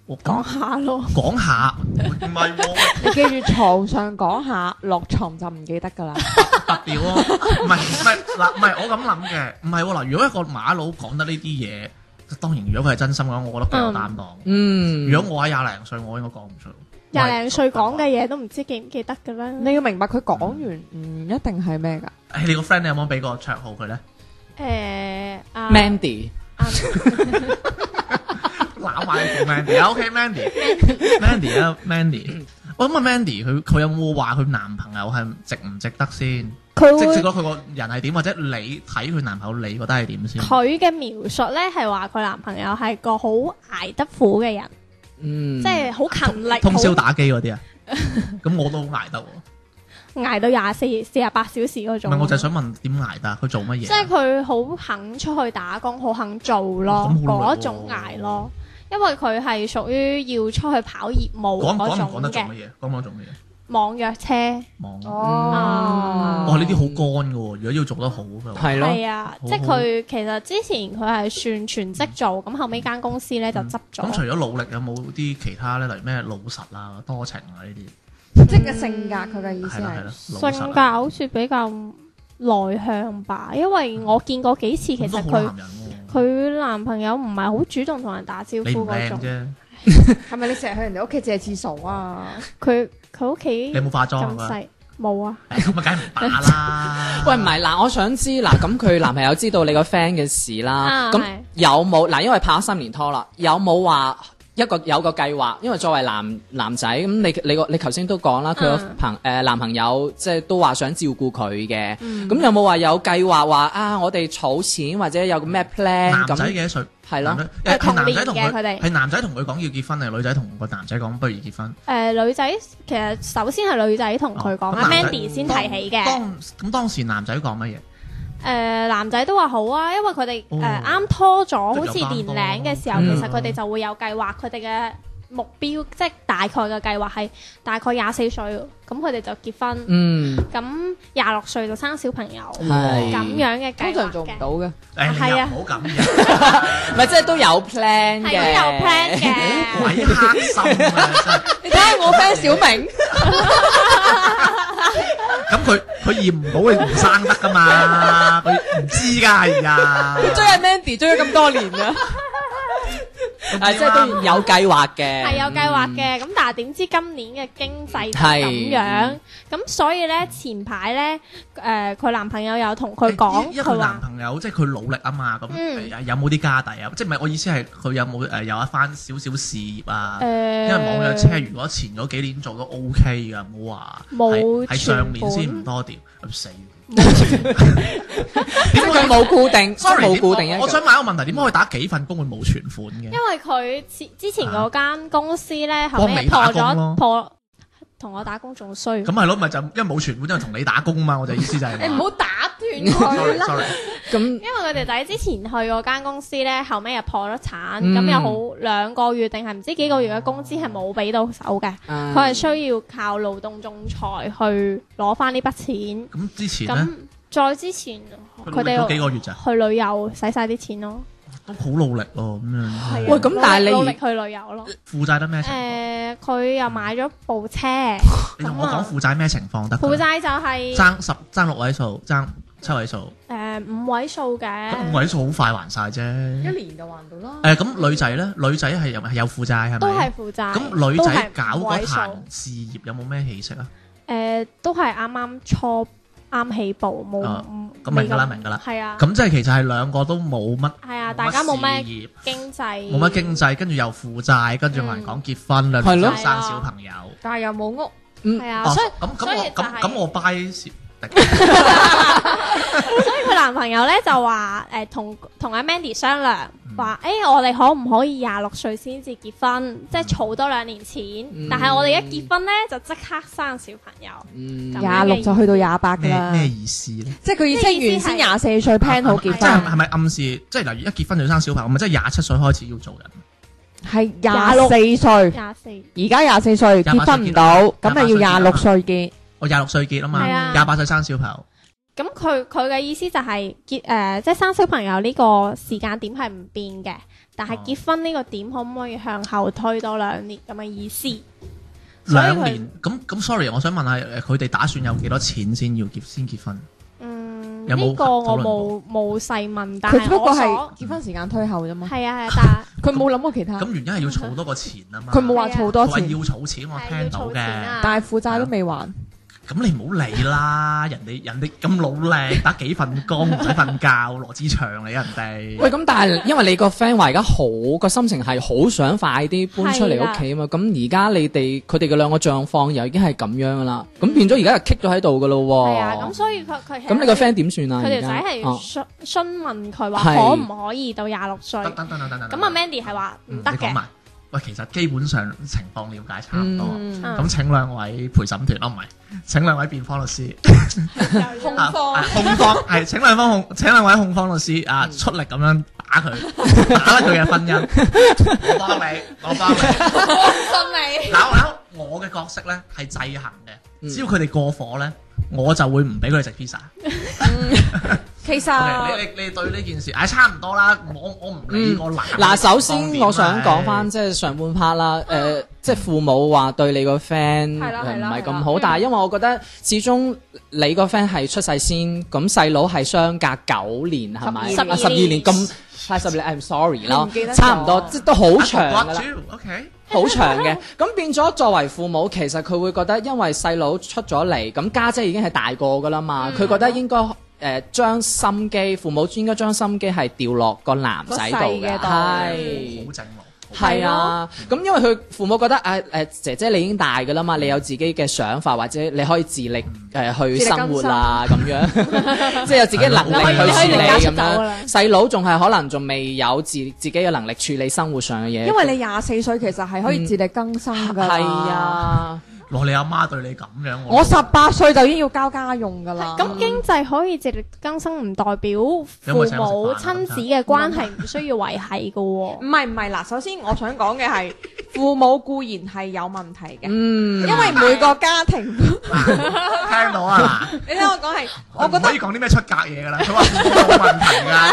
Speaker 1: 我講
Speaker 5: 講下咯。
Speaker 1: 講下，唔係喎，
Speaker 4: 你記住床上講下，落床就唔記得㗎啦。
Speaker 1: 特別喎，唔係唔係嗱，唔係我咁諗嘅，唔係喎嗱，如果一個馬佬講得呢啲嘢，當然如果佢係真心嘅話，我覺得佢有擔當。
Speaker 2: 嗯，
Speaker 1: 如果我喺廿零歲，我應該講唔出。
Speaker 5: 廿零歲講嘅嘢都唔知記唔記得嘅啦。
Speaker 4: 你要明白佢講完唔一定係咩㗎。
Speaker 1: 誒，你個 friend 你有冇俾個綽號佢咧？
Speaker 5: 誒啊
Speaker 2: Mandy
Speaker 5: 啊
Speaker 1: 攬埋個 Mandy，OK，Mandy，Mandy 啊，Mandy。我諗啊，Mandy 佢佢有冇話佢男朋友係值唔值得先？
Speaker 5: 佢
Speaker 1: 即係
Speaker 5: 會
Speaker 1: 覺得佢個人係點，或者你睇佢男朋友，你覺得係點先？
Speaker 5: 佢嘅描述咧係話佢男朋友係個好捱得苦嘅人，
Speaker 2: 嗯，
Speaker 5: 即係好勤力，
Speaker 1: 通宵
Speaker 5: 好
Speaker 1: 打機嗰 啲啊？咁我都好捱得喎。唔
Speaker 5: 捱到廿四四十八小時嗰種。
Speaker 1: 係，我就係想問點捱得？啊佢做乜嘢？
Speaker 5: 即係佢好肯出去打工，好肯做
Speaker 1: 哇
Speaker 5: 咯，
Speaker 1: 咁好
Speaker 5: 嗰
Speaker 1: 努力喎
Speaker 5: 種捱咯。因為佢係屬於要出去跑業務
Speaker 1: 講講
Speaker 5: 嗰
Speaker 1: 唔講
Speaker 5: 種
Speaker 1: 得做乜
Speaker 5: 嘅
Speaker 1: 嘢？講唔講得做乜嘢？
Speaker 5: 網約車，
Speaker 1: 忙啊。
Speaker 4: 哦
Speaker 1: 哇！呢啲好乾㗎喎，如果要做得好嘅話，
Speaker 2: 係咯，。
Speaker 5: 係啊，
Speaker 1: 好
Speaker 5: 即係佢其實之前佢係算全職做，咁後尾間公司咧就執
Speaker 1: 嗯咁除
Speaker 5: 咗。
Speaker 1: 咗努力，有冇啲其他咧？例如咩老實啊、多情啊呢啲？
Speaker 4: 即係個性格，佢嘅意思
Speaker 1: 係啦係啦，
Speaker 4: 係
Speaker 1: 老實
Speaker 5: 性
Speaker 1: 啊
Speaker 5: 格好似比較內向吧，因為我見過幾次，其
Speaker 1: 咁都
Speaker 5: 實
Speaker 1: 好
Speaker 5: 佢
Speaker 1: 男人喎，
Speaker 5: 佢男朋友唔係好主動同人打招呼
Speaker 1: 你唔
Speaker 5: 嗰
Speaker 1: 靚
Speaker 5: 種，
Speaker 1: 啫，
Speaker 4: 係咪你成日去人哋屋企借廁所啊？
Speaker 5: 佢佢屋
Speaker 1: 你
Speaker 5: 企
Speaker 1: 有冇化妝
Speaker 5: 咁
Speaker 1: 啊？
Speaker 5: 細，冇啊。
Speaker 1: 唉咁啊，梗係唔打啦
Speaker 2: 喂，唔係嗱，我想知嗱，咁佢男朋友知道你個 friend 嘅事啦，
Speaker 5: 啊
Speaker 2: 咁
Speaker 5: 係
Speaker 2: 有冇嗱？因為拍咗三年拖啦，有冇話一個有個計劃？因為作為男男仔咁，你你個你頭先都講啦，佢個
Speaker 5: 嗯
Speaker 2: 朋誒男朋友即係都話想照顧佢嘅，
Speaker 5: 嗯
Speaker 2: 咁有冇話有計劃話啊？我哋儲錢或者有個咩 plan
Speaker 1: 男仔
Speaker 2: 咁？
Speaker 1: 幾多歲？
Speaker 2: 係
Speaker 1: 男
Speaker 2: 咯，
Speaker 1: 仔誒係
Speaker 5: 同
Speaker 1: 男
Speaker 5: 年
Speaker 1: 仔同
Speaker 5: 嘅佢哋
Speaker 1: 係男仔同佢講要結婚，定係女仔同個男仔講不如結婚？
Speaker 5: 誒、女仔其實首先係女仔同佢講
Speaker 1: 哦咁男仔
Speaker 5: ，Mandy 先提起嘅。誒、
Speaker 1: 當咁當時男仔講乜嘢？
Speaker 5: 男仔都話好啊，因為佢哋
Speaker 1: 哦
Speaker 5: 誒啱拖咗，
Speaker 1: 即係有擔
Speaker 5: 好似年
Speaker 1: 當
Speaker 5: 齡嘅時候，
Speaker 2: 嗯
Speaker 5: 其實佢哋就會有計劃，佢哋嘅目標即係大概嘅計劃係大概廿四歲，咁佢哋就結婚，
Speaker 2: 嗯，
Speaker 5: 咁廿六歲就生小朋友，
Speaker 2: 係
Speaker 5: 咁樣嘅
Speaker 4: 通
Speaker 5: 計劃
Speaker 4: 常做唔
Speaker 5: 嘅。
Speaker 4: 到 嘅。
Speaker 1: 誒，你
Speaker 5: 係
Speaker 1: 又
Speaker 5: 啊
Speaker 1: 唔好咁嘅，
Speaker 2: 咪即係都有 plan
Speaker 5: 係
Speaker 2: 嘅，
Speaker 5: 都有 plan 嘅，
Speaker 1: 鬼黑心啊！
Speaker 3: 你
Speaker 1: 真係
Speaker 3: 睇下我 friend 小明，
Speaker 1: 咁佢佢驗唔到你唔生得噶嘛？佢唔知㗎，係啊。
Speaker 3: 追阿 Mandy 追咗咁多年啦，
Speaker 2: 啊，即係都有計劃嘅，
Speaker 5: 係有計劃
Speaker 1: 嗯
Speaker 5: 嘅，咁但係點知今年嘅經濟就
Speaker 2: 係
Speaker 5: 咁樣，咁所以咧前排咧，誒佢男朋友有同佢
Speaker 1: 誒
Speaker 5: 講，
Speaker 1: 因為佢
Speaker 5: 佢
Speaker 1: 男
Speaker 5: 話
Speaker 1: 朋友即係佢努力啊嘛，咁
Speaker 5: 嗯
Speaker 1: 誒有冇啲家底啊？即係唔係我意思係佢有冇誒有一番少少事業啊？
Speaker 5: 誒，
Speaker 1: 因為網約車如果前嗰幾年做都 OK 噶，唔好話係
Speaker 5: 冇
Speaker 1: 係上年
Speaker 5: 全
Speaker 1: 先唔
Speaker 5: 款
Speaker 1: 多掂，咁死
Speaker 2: 點解佢冇固定，
Speaker 1: Sorry，
Speaker 2: 冇固定
Speaker 1: 點
Speaker 2: 一
Speaker 1: 我我想
Speaker 2: 個。
Speaker 1: 問一個問題，點解可以打幾份工會冇存款嘅
Speaker 5: 因？為佢之之前嗰間公司咧，後
Speaker 1: 啊幫
Speaker 5: 尾
Speaker 1: 你
Speaker 5: 破
Speaker 1: 打工咯
Speaker 5: 咗破，同我打工仲衰。
Speaker 1: 咁係咯，咪就因為冇存款，因為同你打工嘛。我就意思就係話
Speaker 3: 你唔 好打斷佢
Speaker 1: Sorry，
Speaker 3: 啦。
Speaker 1: sorry
Speaker 2: 咁
Speaker 5: 因為佢哋仔之前去嗰間公司咧，後尾又破咗產，
Speaker 2: 嗯
Speaker 5: 咁又好兩個月定係唔知幾個月嘅工資係冇俾到手嘅，
Speaker 2: 佢
Speaker 5: 佢係需要靠勞動仲裁去攞翻呢筆
Speaker 1: 咁之前
Speaker 5: 錢。
Speaker 1: 咧
Speaker 5: 咁再之前佢
Speaker 1: 佢哋幾
Speaker 5: 哋
Speaker 1: 個啊月咋，
Speaker 5: 去旅遊使晒啲錢咯，
Speaker 1: 都好努力咯咁樣。
Speaker 5: 係啊
Speaker 2: 喂咁但係你
Speaker 5: 努力去旅遊咯。
Speaker 1: 負債得咩情況？
Speaker 5: 誒，佢又買咗 部車，
Speaker 1: 你同
Speaker 5: 咁
Speaker 1: 我
Speaker 5: 啊
Speaker 1: 講負債咩情況得㗎？
Speaker 5: 負債就係
Speaker 1: 爭十爭六位數，爭七位數，
Speaker 5: 誒五位數
Speaker 1: 咁
Speaker 5: 嘅
Speaker 1: 五，位數好快還晒啫。
Speaker 3: 一
Speaker 1: 誒
Speaker 3: 年就還到啦。
Speaker 1: 咁女仔咧，女仔係有係有負債係咪？
Speaker 5: 都係負債。
Speaker 1: 咁女仔搞
Speaker 5: 都係五
Speaker 1: 嗰
Speaker 5: 位數
Speaker 1: 壇事業有冇咩起色啊？
Speaker 5: 誒，都係啱啱初啱起步，冇
Speaker 1: 啊
Speaker 5: 唔
Speaker 1: 咁明㗎啦
Speaker 5: 未咁
Speaker 1: 明㗎啦
Speaker 5: 係啊，
Speaker 1: 咁即係其實係兩個都冇乜，
Speaker 5: 係啊，大家冇
Speaker 1: 事
Speaker 5: 咩嗯
Speaker 1: 業，
Speaker 5: 經濟，
Speaker 1: 冇乜經濟，跟住又負債，跟住同
Speaker 5: 嗯
Speaker 1: 人講結婚，兩
Speaker 2: 係咯
Speaker 1: 個生小朋友。
Speaker 3: 但係又冇屋，
Speaker 5: 係啊，
Speaker 1: 哦
Speaker 5: 所以
Speaker 1: 咁咁
Speaker 5: 所以
Speaker 1: 我
Speaker 5: 就
Speaker 1: 咁
Speaker 5: 係
Speaker 1: 咁我 buy 小
Speaker 5: 所以佢男朋友咧就話誒同同阿 Mandy 商量，
Speaker 1: 嗯
Speaker 5: 話誒我哋可唔可以廿六歲先至結
Speaker 1: 嗯
Speaker 5: 婚，即係儲多兩年錢，但係我哋一結婚咧就即刻生小朋友。
Speaker 2: 嗯
Speaker 5: 咁
Speaker 4: 廿六就去到廿八噶
Speaker 1: 咩
Speaker 4: 啦，
Speaker 1: 咩啊意思咧？
Speaker 4: 即係佢意思係原先廿四歲 plan 好結
Speaker 1: 即係
Speaker 4: 婚，
Speaker 1: 係咪暗示即係例如一結婚就生小朋友，咪即係廿七歲開始要做人？
Speaker 4: 係廿四歲，
Speaker 5: 廿四，
Speaker 4: 而家廿四歲結婚唔到，咁咪要廿六歲結。
Speaker 1: 我廿六歲結啊嘛
Speaker 5: 係啊，
Speaker 1: 廿八歲生小朋友。
Speaker 5: 咁佢佢嘅意思就係結誒，即係生小朋友呢個時間點係唔變嘅，但係
Speaker 1: 哦
Speaker 5: 結婚呢個點可唔可以向後推多兩年咁嘅意思？所以佢
Speaker 1: 兩年咁咁，sorry，我想問下誒佢哋打算有幾多錢先要結先結婚？
Speaker 5: 嗯，
Speaker 1: 有冇
Speaker 5: 呢個我
Speaker 1: 討論
Speaker 5: 冇冇細問，但
Speaker 4: 佢只
Speaker 5: 係
Speaker 4: 不過
Speaker 5: 我
Speaker 4: 係
Speaker 5: 所
Speaker 4: 結婚時間推後啫嘛，
Speaker 5: 係啊係啊，
Speaker 4: 佢冇諗過其他，
Speaker 1: 咁原因係要儲多個錢啊嘛。
Speaker 4: 佢冇話儲多
Speaker 1: 佢話
Speaker 4: 錢
Speaker 1: 要，儲錢，我
Speaker 5: 但係
Speaker 1: 聽
Speaker 5: 要
Speaker 1: 到
Speaker 5: 儲錢
Speaker 1: 嘅。
Speaker 5: 啊，
Speaker 4: 但係負債都未還。
Speaker 1: 咁你唔好理啦，人哋人哋咁努力打幾份工，唔使瞓覺，羅志祥你人
Speaker 2: 喂，
Speaker 1: 哋。
Speaker 2: 咁但係因為你個 friend 話而家好個心情係好想快啲搬出嚟屋企啊嘛，咁而家你哋佢哋嘅兩個狀況又已經係咁樣噶啦，咁變咗而家就棘咗喺度噶咯
Speaker 5: 係啊，咁
Speaker 2: 喎。
Speaker 5: 所以佢佢其實
Speaker 2: 哦咁你個 friend 點算啊？
Speaker 5: 佢
Speaker 2: 而
Speaker 5: 條
Speaker 2: 家
Speaker 5: 仔係
Speaker 2: 哦
Speaker 5: 詢詢問佢
Speaker 2: 係
Speaker 5: 話可唔可以到廿六歲？
Speaker 1: 等
Speaker 5: 咁
Speaker 1: 等等等等等。
Speaker 5: 阿 Mandy 係話唔
Speaker 1: 嗯
Speaker 5: 得
Speaker 1: 你講
Speaker 5: 嘅，
Speaker 1: 埋。喂，其實基本上情況了解差唔多。
Speaker 2: 嗯
Speaker 5: 嗯
Speaker 1: 咁請兩位陪審團，哦唔係，請兩位辯方律師。
Speaker 3: 控
Speaker 1: 啊
Speaker 3: 方
Speaker 1: 啊控方係請兩方控請兩位控方律師啊，
Speaker 3: 嗯
Speaker 1: 出力咁樣打佢， 打甩佢嘅婚姻。我幫你，我幫你。
Speaker 3: 心
Speaker 1: 嗱嗱，我嘅角色咧係制衡
Speaker 2: 嗯
Speaker 1: 嘅，只要佢哋過火咧，我就會唔俾佢哋食 pizza。
Speaker 3: 理。其
Speaker 1: OK，
Speaker 3: 實
Speaker 1: 啊你你你對呢件事，唉，差唔多啦。我我唔理個男。
Speaker 2: 嗯嗱，首先我想講翻即係上半 part 啦，誒，即係父母話對你個 friend
Speaker 3: 係啦
Speaker 2: 誒
Speaker 3: 係
Speaker 2: 唔
Speaker 3: 啦
Speaker 2: 係
Speaker 3: 係
Speaker 2: 咁
Speaker 3: 啦嗯
Speaker 2: 好，但係因為我覺得始終你個 friend 係出世先，咁細佬係相隔九年係咪？
Speaker 3: 十二
Speaker 2: 啊十二年咁係十二年，I'm 哎 sorry
Speaker 3: 你
Speaker 2: 啦
Speaker 3: 唔記得，咗啊
Speaker 2: 差唔多，即係都好
Speaker 1: 哎
Speaker 2: 長
Speaker 1: 長
Speaker 2: 㗎啦。
Speaker 1: O K，
Speaker 2: 好長嘅，咁變咗作為父母，其實佢會覺得，因為細佬出咗嚟，咁家姐已經係大個噶啦嘛，
Speaker 3: 嗯
Speaker 2: 佢、覺得應該誒、呃、將心機，父母應該將心機係掉落個男仔度
Speaker 3: 個細
Speaker 2: 嘅，
Speaker 3: 嘅度
Speaker 2: 係
Speaker 1: 好。正路。
Speaker 2: 係啊，咁因為佢父母覺得誒誒、呃姐姐你已經大㗎啦嘛，你有自己嘅想法或者你可以自力誒、呃去
Speaker 3: 自力
Speaker 2: 生
Speaker 3: 更
Speaker 2: 活啊咁樣，即係有自己能力
Speaker 1: 你可以
Speaker 2: 去處
Speaker 1: 你可以
Speaker 2: 理
Speaker 5: 離家
Speaker 2: 咁
Speaker 5: 出走㗎啦
Speaker 2: 樣。細佬仲係可能仲未有自自己嘅能力處理生活上嘅嘢，
Speaker 3: 因為你廿四歲，其實係
Speaker 4: 嗯
Speaker 3: 可以自力更生㗎。
Speaker 2: 係，啊。
Speaker 1: 羅你阿媽對你咁樣，
Speaker 4: 我十八歲就已經要交家用噶啦，
Speaker 5: 咁經濟可以自力更生，唔代表父母
Speaker 1: 啊
Speaker 5: 親子嘅關係唔需要維係嘅喎
Speaker 3: 唔。
Speaker 1: 嗯
Speaker 3: 係唔係嗱，首先我想講嘅 係父母固然係有問題嘅，
Speaker 2: 嗯，
Speaker 3: 因為每個家庭，
Speaker 1: 聽到啊嗱。
Speaker 3: 你聽我講係，我
Speaker 1: 我
Speaker 3: 覺
Speaker 1: 唔
Speaker 3: 得
Speaker 1: 可以講啲咩出格嘢㗎啦，佢話冇問題㗎，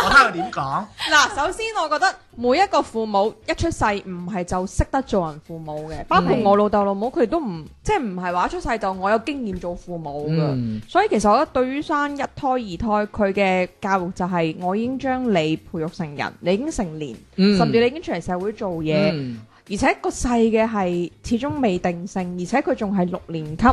Speaker 1: 我睇佢點講。
Speaker 3: 嗱，首先我覺得每一個父母一出世唔係就識得做人父母嘅，包括
Speaker 2: 嗯
Speaker 3: 我老豆老母，佢哋都唔即係唔係話一出世就我有經驗做父母嘅。
Speaker 2: 嗯
Speaker 3: 所以其實我覺得對於生一胎、二胎，佢嘅教育就係我已經將你培育成人，你已經成年，
Speaker 2: 嗯
Speaker 3: 甚至你已經出嚟社會做嘢，
Speaker 2: 嗯
Speaker 3: 而且個細嘅係始終未定性，而且佢仲係六年級，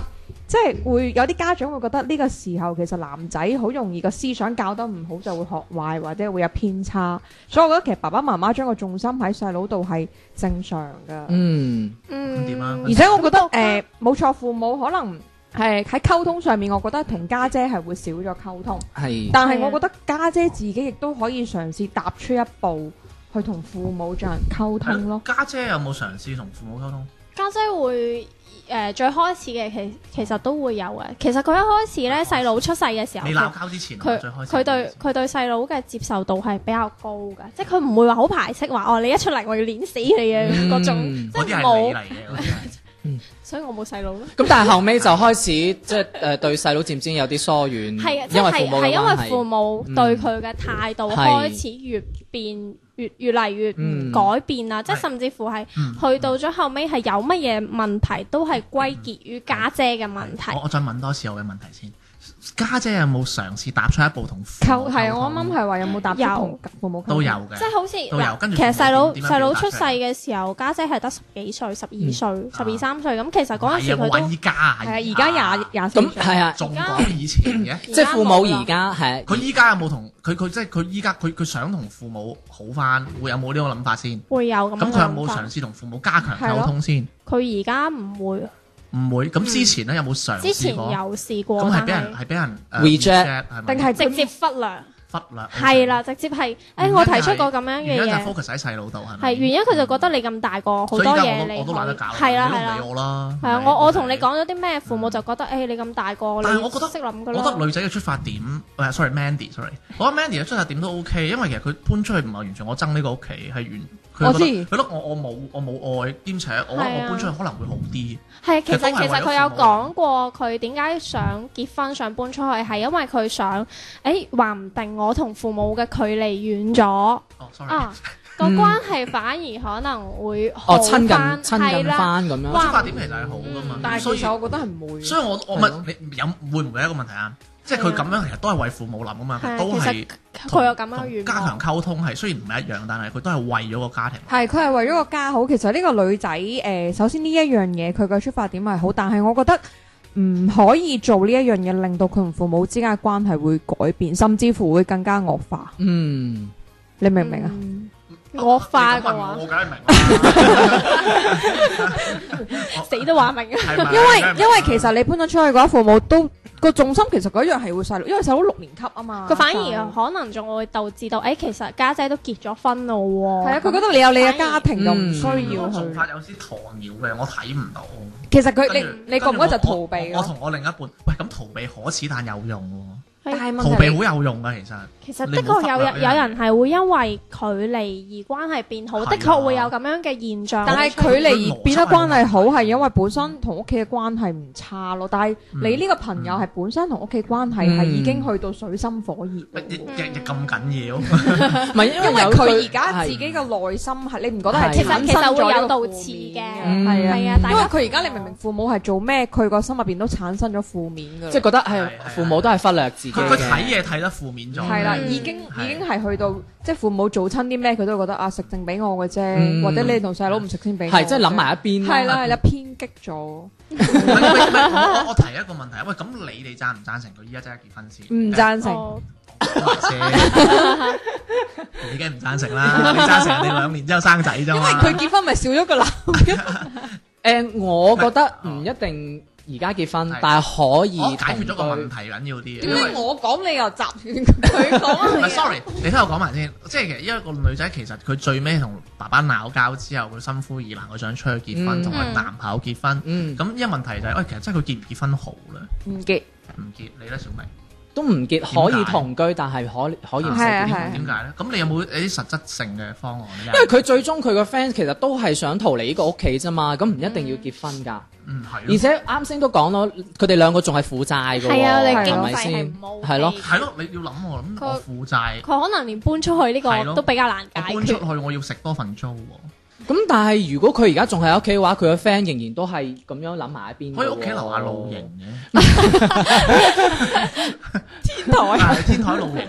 Speaker 3: 即係會有啲家長會覺得呢個時候其實男仔好容易個思想教得唔好就會學壞或者會有偏差，所以我覺得其實爸爸媽媽將個重心喺細佬度係正常㗎。
Speaker 2: 嗯
Speaker 5: 嗯
Speaker 1: 點啊
Speaker 3: 呃而且我覺得誒冇、錯，父母可能
Speaker 4: 係喺溝通上面，我覺得同家姐係會少咗溝通。
Speaker 2: 係
Speaker 4: 但係
Speaker 5: 係啊
Speaker 4: 我覺得家姐自己亦都可以嘗試踏出一步，去同父母進行溝通咯。
Speaker 1: 家姐有冇嘗試同父母溝通？
Speaker 5: 家姐會誒、呃最開始嘅其其實都會有嘅。其實佢一開始咧細佬出世嘅時候，
Speaker 1: 未啊鬧交之前啊，
Speaker 5: 佢
Speaker 1: 最開始
Speaker 5: 佢對佢對細佬嘅接受度係比較高嘅，即係佢唔會話好排斥話哦，你一出嚟我要碾死你嘅
Speaker 2: 嗯
Speaker 5: 嗰種，即
Speaker 1: 嗰啲係你
Speaker 5: 係冇，
Speaker 1: 嚟嘅，嗰啲係
Speaker 5: 所以我冇細佬咯。
Speaker 2: 咁但係後尾就開始即係誒對細佬漸漸有啲疏
Speaker 1: 嗯
Speaker 2: 遠，
Speaker 5: 係啊，即
Speaker 2: 因為
Speaker 5: 係
Speaker 2: 父母
Speaker 5: 係
Speaker 2: 嘅
Speaker 5: 因
Speaker 2: 關
Speaker 5: 為
Speaker 2: 係
Speaker 5: 父母
Speaker 2: 嗯
Speaker 5: 對佢嘅態度
Speaker 2: 係
Speaker 5: 開始越變越越嚟越
Speaker 2: 嗯
Speaker 5: 唔改變啊啦，即係
Speaker 1: 係
Speaker 5: 甚至乎係
Speaker 1: 嗯
Speaker 5: 去到咗後尾係有乜嘢問題都係歸結於家姐嘅問題
Speaker 1: 我。我再問多次我嘅問題先。家姐有冇嘗試踏出一步同父母溝
Speaker 4: 溝係
Speaker 1: 通
Speaker 4: 我啱啱係話有冇踏出
Speaker 5: 有
Speaker 4: 同父母溝通
Speaker 1: 都有
Speaker 5: 即係
Speaker 1: 嘅，
Speaker 5: 好似
Speaker 1: 都有跟住
Speaker 5: 嗱，其實細佬
Speaker 1: 父母點樣
Speaker 5: 細
Speaker 1: 表達
Speaker 5: 佬出
Speaker 1: 出
Speaker 5: 世
Speaker 1: 嚟嗯
Speaker 5: 嘅時候，家姐係得十幾歲、十二歲、十二三歲咁，其實嗰陣
Speaker 1: 啊係
Speaker 5: 時
Speaker 1: 啊，
Speaker 5: 佢
Speaker 1: 我話
Speaker 5: 都
Speaker 1: 依家啊
Speaker 4: 係啊，而家廿廿四
Speaker 2: 咁
Speaker 4: 歲，
Speaker 2: 係啊，
Speaker 1: 仲講以前嘅。
Speaker 2: 即係父母而家係
Speaker 1: 佢依家有冇同佢佢即係佢依家佢佢想同父母好翻，會有冇呢個諗法先？
Speaker 5: 會有咁
Speaker 1: 咁
Speaker 5: 嘅
Speaker 1: 佢有冇
Speaker 5: 諗
Speaker 1: 嘗
Speaker 5: 法。
Speaker 1: 試同父母加強溝通先？
Speaker 5: 佢而家唔會，
Speaker 1: 唔會。咁之前咧有冇嘗
Speaker 5: 嗯之前
Speaker 1: 試過？
Speaker 5: 有試過，
Speaker 1: 咁係俾
Speaker 5: 但
Speaker 1: 人
Speaker 5: 係
Speaker 1: 係俾人呃
Speaker 2: Reject
Speaker 1: 係咪
Speaker 4: 定係
Speaker 5: 直
Speaker 4: 直
Speaker 5: 接
Speaker 4: 接
Speaker 5: 忽略。
Speaker 1: 忽略？
Speaker 5: 係啦，直接係，誒我提出過咁樣
Speaker 1: 嗯原
Speaker 5: 嘅
Speaker 1: 因就係
Speaker 5: 嘢，
Speaker 1: focus 喺細佬度係咪？
Speaker 5: 係原因佢就覺得你咁大個，好
Speaker 1: 所以依
Speaker 5: 多
Speaker 1: 家
Speaker 5: 嘢
Speaker 1: 我
Speaker 5: 你
Speaker 1: 都我都
Speaker 5: 可
Speaker 1: 懶
Speaker 5: 以
Speaker 1: 得搞啦，
Speaker 5: 係啦
Speaker 1: 你都唔
Speaker 5: 係
Speaker 1: 理
Speaker 5: 啦，
Speaker 1: 我啦。
Speaker 5: 係啊
Speaker 1: 咪
Speaker 5: 我我同你。講咗啲咩，父母就覺得誒你咁大個，
Speaker 1: 但
Speaker 5: 你
Speaker 1: 係我覺得
Speaker 5: 識諗噶
Speaker 1: 我覺得
Speaker 5: 啦，
Speaker 1: 女仔嘅出發點，誒 sorry，Mandy，sorry，我覺得 Mandy 嘅出發點都 OK，因為其實佢搬出去唔係完全我憎呢個屋企，係完佢
Speaker 4: 我
Speaker 1: 覺得
Speaker 4: 知
Speaker 1: 佢覺得我我冇我冇愛，兼且我覺得
Speaker 5: 係啊
Speaker 1: 我搬出去可能會好啲，
Speaker 5: 係啊
Speaker 1: 其
Speaker 5: 其
Speaker 1: 實都
Speaker 5: 實
Speaker 1: 係為
Speaker 5: 其
Speaker 1: 咗
Speaker 5: 實佢有講過佢點解想結婚想搬出去，係因為佢想誒話唔定我同父母嘅距離遠咗
Speaker 1: 哦，sorry，
Speaker 4: 嗯
Speaker 5: 啊，個關係反而可能會好
Speaker 2: 哦親近
Speaker 5: 翻，
Speaker 2: 親
Speaker 5: 係
Speaker 2: 近
Speaker 5: 啦，
Speaker 2: 翻咁樣。
Speaker 5: 哇
Speaker 1: 出發點其實係好噶嘛，
Speaker 4: 但
Speaker 1: 所
Speaker 4: 係
Speaker 1: 以
Speaker 4: 其實我覺得係唔會。
Speaker 1: 所以我我
Speaker 4: 係咯
Speaker 1: 問你有會唔會係一個問題啊？即係佢咁樣其實都係為父母諗噶嘛，
Speaker 5: 係啊
Speaker 1: 都
Speaker 5: 其
Speaker 1: 係
Speaker 5: 實佢有咁樣嘅
Speaker 1: 同
Speaker 5: 願
Speaker 1: 加強。
Speaker 5: 望
Speaker 1: 溝通係雖然唔係一樣，但係佢都係為咗個家庭。
Speaker 4: 係，佢係為咗個家好。其實呢個女仔誒、呃首先呢一樣嘢，佢嘅出發點係好，但係我覺得唔可以做呢一樣嘢，令到佢同父母之間嘅關係會改變，甚至乎會更加惡化。
Speaker 2: 嗯，
Speaker 4: 你明唔明啊？
Speaker 5: 嗯惡化嘅
Speaker 1: 你咁問
Speaker 5: 話
Speaker 1: 我，梗係明啦
Speaker 5: 死都話 明啊！
Speaker 1: 係咪
Speaker 4: 因為
Speaker 1: 梗係明啦
Speaker 4: 因為其實你搬咗出去嘅話，父母都個重心其實嗰樣係會細路，因為細佬六年級啊嘛。
Speaker 5: 佢反
Speaker 4: 係
Speaker 5: 而可能仲會導致到，誒、其實家姐都結咗婚咯喎。
Speaker 4: 啊，佢覺得你有你嘅家庭就唔
Speaker 2: 嗯
Speaker 4: 需要
Speaker 1: 我做
Speaker 4: 去。
Speaker 1: 法有啲唐擾嘅，我睇唔到。
Speaker 4: 其實佢
Speaker 1: 跟住
Speaker 4: 你你覺唔覺得就逃避
Speaker 1: 我我
Speaker 4: 啊
Speaker 1: 我
Speaker 4: 咯？
Speaker 1: 同我另一半，喂咁逃避可恥但有用
Speaker 4: 但係
Speaker 1: 喎，
Speaker 4: 問
Speaker 1: 逃
Speaker 4: 題
Speaker 1: 避
Speaker 4: 係
Speaker 1: 好有用㗎，其實。
Speaker 5: 其實
Speaker 1: 你
Speaker 5: 的
Speaker 1: 冇
Speaker 5: 確
Speaker 1: 忽
Speaker 5: 有
Speaker 1: 略呢
Speaker 5: 人有
Speaker 1: 樣嘢
Speaker 5: 人係會因為距離而關係變好，
Speaker 1: 係啊
Speaker 5: 的確會有咁樣嘅現象。
Speaker 4: 但係距離而變得關係好係因為本身同屋企嘅關係唔差咯，但係
Speaker 2: 嗯
Speaker 4: 你呢個朋友係本身同屋企關係係已經去到水深火熱
Speaker 1: 喂日
Speaker 4: 咯。
Speaker 1: 日日咁緊
Speaker 4: 嗯
Speaker 1: 要，
Speaker 2: 唔係因為
Speaker 4: 因為
Speaker 2: 有
Speaker 4: 佢而家自己
Speaker 2: 係
Speaker 4: 嘅內心係你唔覺得係
Speaker 2: 其
Speaker 4: 產
Speaker 5: 實
Speaker 4: 生咗
Speaker 5: 其實會有
Speaker 4: 呢個
Speaker 5: 倒
Speaker 4: 負
Speaker 5: 刺
Speaker 4: 面
Speaker 5: 嘅
Speaker 2: 嗯
Speaker 4: 係啊。
Speaker 5: 係啊，大
Speaker 4: 因為
Speaker 5: 家
Speaker 4: 佢而家你明明父母係做咩，佢個心入邊都產生咗負面㗎啦。
Speaker 2: 即係覺得係
Speaker 1: 係係啊
Speaker 2: 父母都係忽略自己
Speaker 1: 佢佢
Speaker 2: 嘅。
Speaker 1: 睇嘢睇得負面咗。
Speaker 4: 係啦，
Speaker 5: 嗯
Speaker 4: 已經
Speaker 1: 係
Speaker 4: 已經係去到即係父母做親啲咩，佢都會覺得啊食剩俾我嘅啫，
Speaker 2: 嗯
Speaker 4: 或者你同細佬唔食先俾我啫。
Speaker 2: 係即係諗埋一邊啊咯。
Speaker 4: 係啦係啦，偏激咗，
Speaker 1: 唔係唔係唔 係我我我提一個問題，喂咁你哋贊唔贊成佢依家即刻結婚先？
Speaker 4: 唔贊成。
Speaker 5: 哦
Speaker 1: 先。你梗係唔贊成啦，你贊成你兩年之後生仔啫
Speaker 4: 因為
Speaker 1: 嘛。
Speaker 4: 佢結婚咪少咗個男，
Speaker 2: 誒，我覺得唔一定而家結婚
Speaker 1: 係，
Speaker 2: 但係可以
Speaker 1: 我解決咗個
Speaker 2: 同
Speaker 1: 問
Speaker 2: 居
Speaker 1: 題緊要啲嘅，因
Speaker 4: 點解
Speaker 1: 為
Speaker 4: 我講你又集 團佢
Speaker 1: 唔係
Speaker 4: 講？
Speaker 1: sorry，你聽我講埋先，即係其實因為個女仔其實佢最尾同爸爸鬧交之後，佢心灰意冷，佢想出去結婚，
Speaker 2: 嗯
Speaker 1: 同埋男朋友結婚。
Speaker 2: 嗯，
Speaker 1: 咁一問題就係、喂，其實真係佢結唔結婚好咧？
Speaker 4: 唔結
Speaker 1: 唔結你咧，小明，
Speaker 2: 都唔結可以同居，但係可可以唔使
Speaker 4: 係啊
Speaker 2: 結
Speaker 4: 係
Speaker 2: 婚。
Speaker 4: 啊
Speaker 1: 點解咧？咁你有冇一啲實質性嘅方案咧？
Speaker 2: 因為佢最終佢個 friend 其實都係想逃離呢個屋企啫嘛，咁唔一定要結婚㗎。
Speaker 1: 嗯係
Speaker 2: 而
Speaker 1: 咯，
Speaker 2: 且啱先都講咯，佢哋兩個仲係負債㗎喎，
Speaker 5: 係啊，你經
Speaker 2: 係咪
Speaker 5: 費係
Speaker 2: 先
Speaker 5: 唔？好，
Speaker 2: 係咯，
Speaker 1: 係咯，你要諗我諗
Speaker 5: 佢
Speaker 1: 我負債，
Speaker 5: 佢可能連搬出去呢
Speaker 1: 係咯
Speaker 5: 個都比較難
Speaker 1: 我
Speaker 5: 解
Speaker 1: 搬出
Speaker 5: 決
Speaker 1: 去。我要食多份租喎，
Speaker 2: 咁但係如果佢而家仲喺屋企嘅話，佢個 friend 仍然都係咁樣諗埋一邊㗎喎。
Speaker 1: 可以屋企樓下露營嘅，
Speaker 4: 台
Speaker 1: 但係天台露營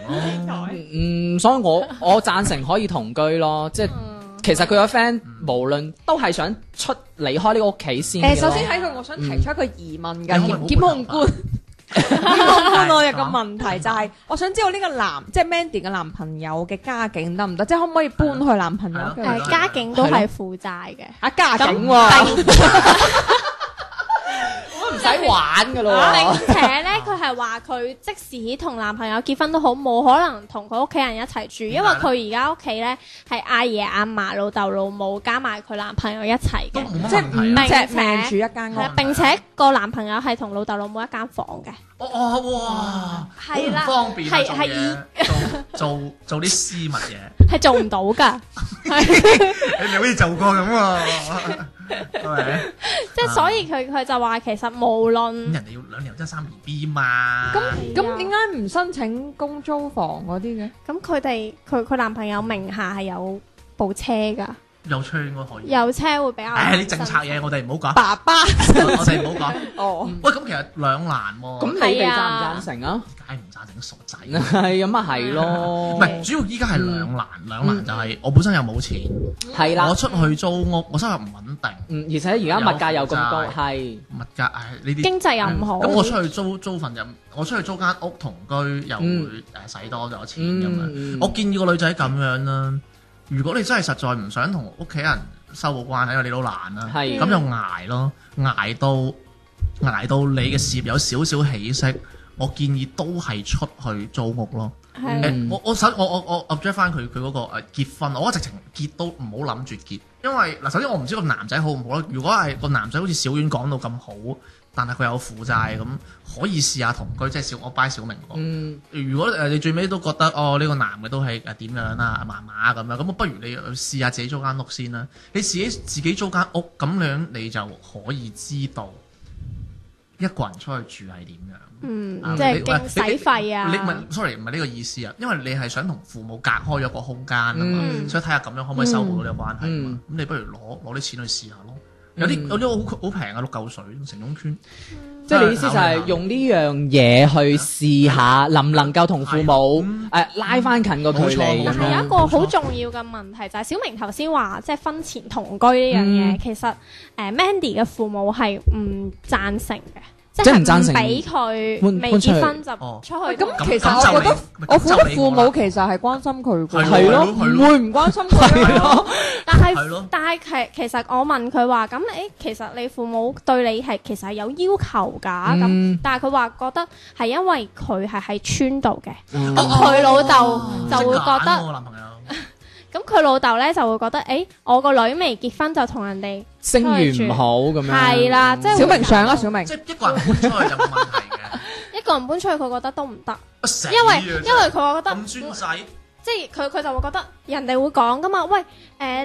Speaker 1: 咯，
Speaker 2: 嗯，所以我 我贊成可以同居咯，即係
Speaker 4: 嗯
Speaker 2: 其實佢個 friend 無論都係想出離開呢個屋企先嘅咯。
Speaker 4: 誒，首先喺佢，我想
Speaker 3: 嗯
Speaker 4: 提出一個疑問㗎，
Speaker 1: 嗯
Speaker 4: 檢檢控官。 檢控官，我有個問題就係，我想知道呢個男，即係 Mandy 嘅男朋友嘅家境得唔得？即係可唔可以搬去男朋友
Speaker 1: 係
Speaker 4: 嘅
Speaker 1: 咯？
Speaker 5: 誒家境都係負債嘅，
Speaker 4: 啊，家境
Speaker 2: 咁
Speaker 4: 喎，
Speaker 2: 唔使使玩 噶咯喎
Speaker 5: 並且咧，佢係話佢即使同男朋友結婚都好，冇可能同佢屋企人一齊住，因為佢而家屋企咧係阿爺阿嫲、老豆老母加埋佢男朋友一齊
Speaker 1: 都
Speaker 5: 嘅，
Speaker 1: 冇
Speaker 3: 即
Speaker 1: 乜
Speaker 3: 係
Speaker 1: 問題啊！
Speaker 5: 明
Speaker 3: 隻命住一間
Speaker 5: 係啊
Speaker 3: 屋，
Speaker 5: 並且個男朋友係同老豆老母一間房嘅，
Speaker 1: 哦哦哇，好
Speaker 5: 係
Speaker 1: 唔
Speaker 5: 啦
Speaker 1: 方便啊
Speaker 5: 係
Speaker 1: 做
Speaker 5: 係
Speaker 1: 嘢，做做做啲私密嘢，
Speaker 5: 係做唔到㗎。
Speaker 1: 你哋好似做過咁喎，係咪？
Speaker 5: 即係所以佢佢就話其實無
Speaker 1: 咁
Speaker 5: 論啊
Speaker 1: 人哋要兩年後真生 B B 嘛，
Speaker 3: 咁咁點解唔申請公租房嗰啲嘅？
Speaker 5: 咁佢哋佢佢男朋友名下係有部車㗎，
Speaker 1: 有趣應該可以。
Speaker 5: 有車會比較。
Speaker 1: 唉，啲政策嘢我哋唔好講，
Speaker 3: 爸爸
Speaker 1: 我哋唔好講。
Speaker 3: 哦，
Speaker 1: 喂，咁其實兩難喎，
Speaker 2: 咁
Speaker 1: 咁
Speaker 2: 你哋
Speaker 5: 係
Speaker 2: 贊唔
Speaker 5: 啊
Speaker 2: 贊成啊？
Speaker 1: 梗係唔贊成傻仔啊。
Speaker 2: 係咁啊，係咯，
Speaker 1: 唔係，主要依家係兩難，兩難就係我本身又冇錢，
Speaker 2: 係啦
Speaker 1: 我，出去租屋，我收入唔穩定，
Speaker 2: 嗯，而且而家物價又咁高，
Speaker 1: 有負債
Speaker 2: 係
Speaker 1: 物價唉呢啲
Speaker 5: 經濟又唔好
Speaker 1: 咁我出去租租份就，我出去租間屋同居又會
Speaker 2: 嗯
Speaker 1: 誒使多咗錢咁
Speaker 2: 嗯嗯
Speaker 1: 樣。我建議個女仔咁樣啦，如果你真係實在唔想同屋企人修好關係，因為你都難啊啦，
Speaker 2: 係
Speaker 1: 咁就捱咯，捱到捱到你嘅事業有少少起色，我建議都係出去租屋咯。
Speaker 5: 係
Speaker 1: 誒、我我首我我我 object 翻佢佢嗰個誒結婚，我直情結都唔好諗住結，因為嗱首先我唔知個男仔好唔好啦。如果係個男仔好似小婉講到咁好，但係佢有負債咁，可以試下同居，即係小我 buy 小明講。
Speaker 2: 嗯
Speaker 1: 如果呃誒你最尾都覺得哦呢、個男嘅都係誒點樣啦，麻麻咁樣，咁啊不如你去試下自己租間屋先啦。你自己自己租間屋咁樣，你就可以知道一個人出去住係點樣。
Speaker 5: 嗯
Speaker 1: 啊，
Speaker 5: 即係
Speaker 1: 你
Speaker 5: 經使費啊
Speaker 1: 你你唔係，sorry，唔係呢個意思啊，因為你係想同父母隔開咗個空間啊嘛，
Speaker 5: 嗯
Speaker 1: 所以睇下咁樣可唔可以修補到呢個關係啊嘛
Speaker 2: 嗯。
Speaker 1: 咁、你不如攞攞啲錢去試下咯。有啲有啲好好平啊，六嚿水城中村。
Speaker 2: 即係你意思就係用呢樣嘢去試下，能唔能夠同父母誒拉翻近個距離咁
Speaker 1: 冇錯
Speaker 5: 但係有一
Speaker 2: 樣？
Speaker 5: 個好重要嘅問題就係、小明頭先話即係婚前同居呢樣嘢，
Speaker 2: 嗯
Speaker 5: 其實誒、呃 Mandy 嘅父母係唔贊成嘅，即
Speaker 2: 即係
Speaker 5: 係
Speaker 2: 唔贊成
Speaker 5: 唔俾佢
Speaker 2: 搬
Speaker 5: 未
Speaker 2: 搬出去
Speaker 5: 結婚就
Speaker 1: 哦
Speaker 5: 出去
Speaker 3: 喂
Speaker 5: 同。
Speaker 3: 咁
Speaker 1: 咁
Speaker 3: 其
Speaker 1: 咁
Speaker 3: 實我
Speaker 1: 就
Speaker 3: 覺得
Speaker 1: 你咪
Speaker 3: 我
Speaker 1: 咁
Speaker 3: 覺
Speaker 1: 就
Speaker 3: 得
Speaker 1: 你
Speaker 3: 父
Speaker 1: 我啦
Speaker 3: 母其實係關心佢㗎
Speaker 1: 係
Speaker 3: 喎，
Speaker 2: 咯
Speaker 3: 唔
Speaker 1: 係咯
Speaker 3: 會唔關心佢
Speaker 1: 係
Speaker 3: 啊
Speaker 1: 咯
Speaker 5: 但
Speaker 1: 係
Speaker 5: 係
Speaker 1: 咯
Speaker 5: 但係其其實我問佢話咁誒，其實你父母對你係其實係有要求㗎咁，
Speaker 2: 嗯
Speaker 5: 但係佢話覺得係因為佢係喺村度嘅，
Speaker 2: 嗯
Speaker 5: 咁佢老豆就會
Speaker 1: 即係
Speaker 5: 覺
Speaker 1: 揀
Speaker 5: 得
Speaker 1: 喎。我男朋友。
Speaker 5: 咁佢老豆咧就會覺得，誒、我個女未結婚就同人哋
Speaker 2: 聲譽唔好咁樣，嗯
Speaker 5: 係啦即係
Speaker 3: 小明上啊，小明
Speaker 1: 即係一個人搬出去有冇問題嘅。
Speaker 5: 一個人搬出去，佢覺得都唔得，
Speaker 1: 啊死啊
Speaker 5: 因為
Speaker 1: 真係
Speaker 5: 因為佢話覺得，
Speaker 1: 咁專制，
Speaker 5: 即係佢佢就會覺得人哋會講噶嘛，喂，誒、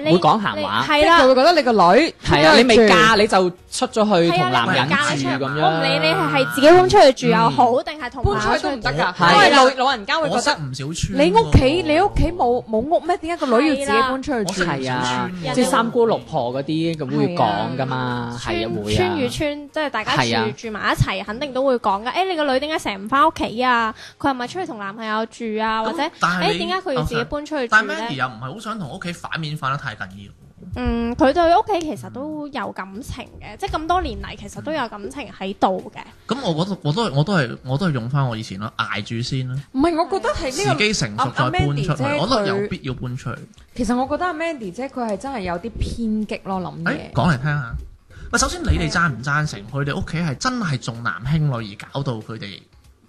Speaker 5: 你
Speaker 2: 會講閒話
Speaker 3: 即係
Speaker 5: 你係
Speaker 3: 佢
Speaker 5: 啦，
Speaker 3: 會覺得你個女
Speaker 2: 係啊，你未
Speaker 3: 出去住
Speaker 2: 嫁你就出咗去同男人住咁
Speaker 5: 我唔
Speaker 2: 樣，
Speaker 5: 理你係係自己搬出去住又好，定係同
Speaker 3: 搬出
Speaker 5: 埋
Speaker 3: 去都唔得
Speaker 2: 係
Speaker 3: 㗎，因為老老人家會
Speaker 1: 我
Speaker 3: 覺
Speaker 1: 識
Speaker 3: 得
Speaker 1: 唔少村喎。
Speaker 3: 你屋企你屋企冇冇屋咩？點解個女要自己
Speaker 5: 係啦
Speaker 3: 搬出去
Speaker 1: 我
Speaker 3: 住
Speaker 1: 識？唔
Speaker 2: 係
Speaker 1: 少
Speaker 2: 啊
Speaker 1: 村，喎
Speaker 2: 即係三姑六婆嗰啲咁會
Speaker 3: 係啊
Speaker 2: 講噶嘛，係啊
Speaker 5: 村
Speaker 2: 會啊
Speaker 5: 村。與村，即係大家
Speaker 2: 係啊
Speaker 5: 住住埋一齊，肯定都會講噶。誒、你個女點解成日唔翻屋企啊？佢係咪出去同男朋友住啊？或者誒
Speaker 1: 咁但係你
Speaker 5: 點解佢要自己搬出去住
Speaker 1: 但係 Mandy
Speaker 5: 咧？
Speaker 1: 又唔係好想同屋企反面反得太緊要。
Speaker 5: 嗯，佢對屋企其實都有感情嘅，即係咁多年嚟其實都有感情喺度嘅。
Speaker 1: 咁我覺得我都我都係我都係用翻我以前咯，捱住先啦，
Speaker 3: 唔係，我覺得係
Speaker 1: 時
Speaker 3: 呢個。
Speaker 1: 機成熟
Speaker 3: 阿
Speaker 1: 再
Speaker 3: 阿
Speaker 1: 搬出
Speaker 3: Mandy
Speaker 1: 去，
Speaker 3: 姐
Speaker 1: 我覺得有
Speaker 3: 佢
Speaker 1: 必要搬出去。
Speaker 3: 其實我覺得阿 Mandy 姐佢係真係有啲偏激咯，諗
Speaker 1: 誒，
Speaker 4: Dạ.
Speaker 3: 嘢。
Speaker 1: 講嚟聽下。喂，首先你哋贊唔贊成佢哋屋企係真係重男輕女而搞到佢哋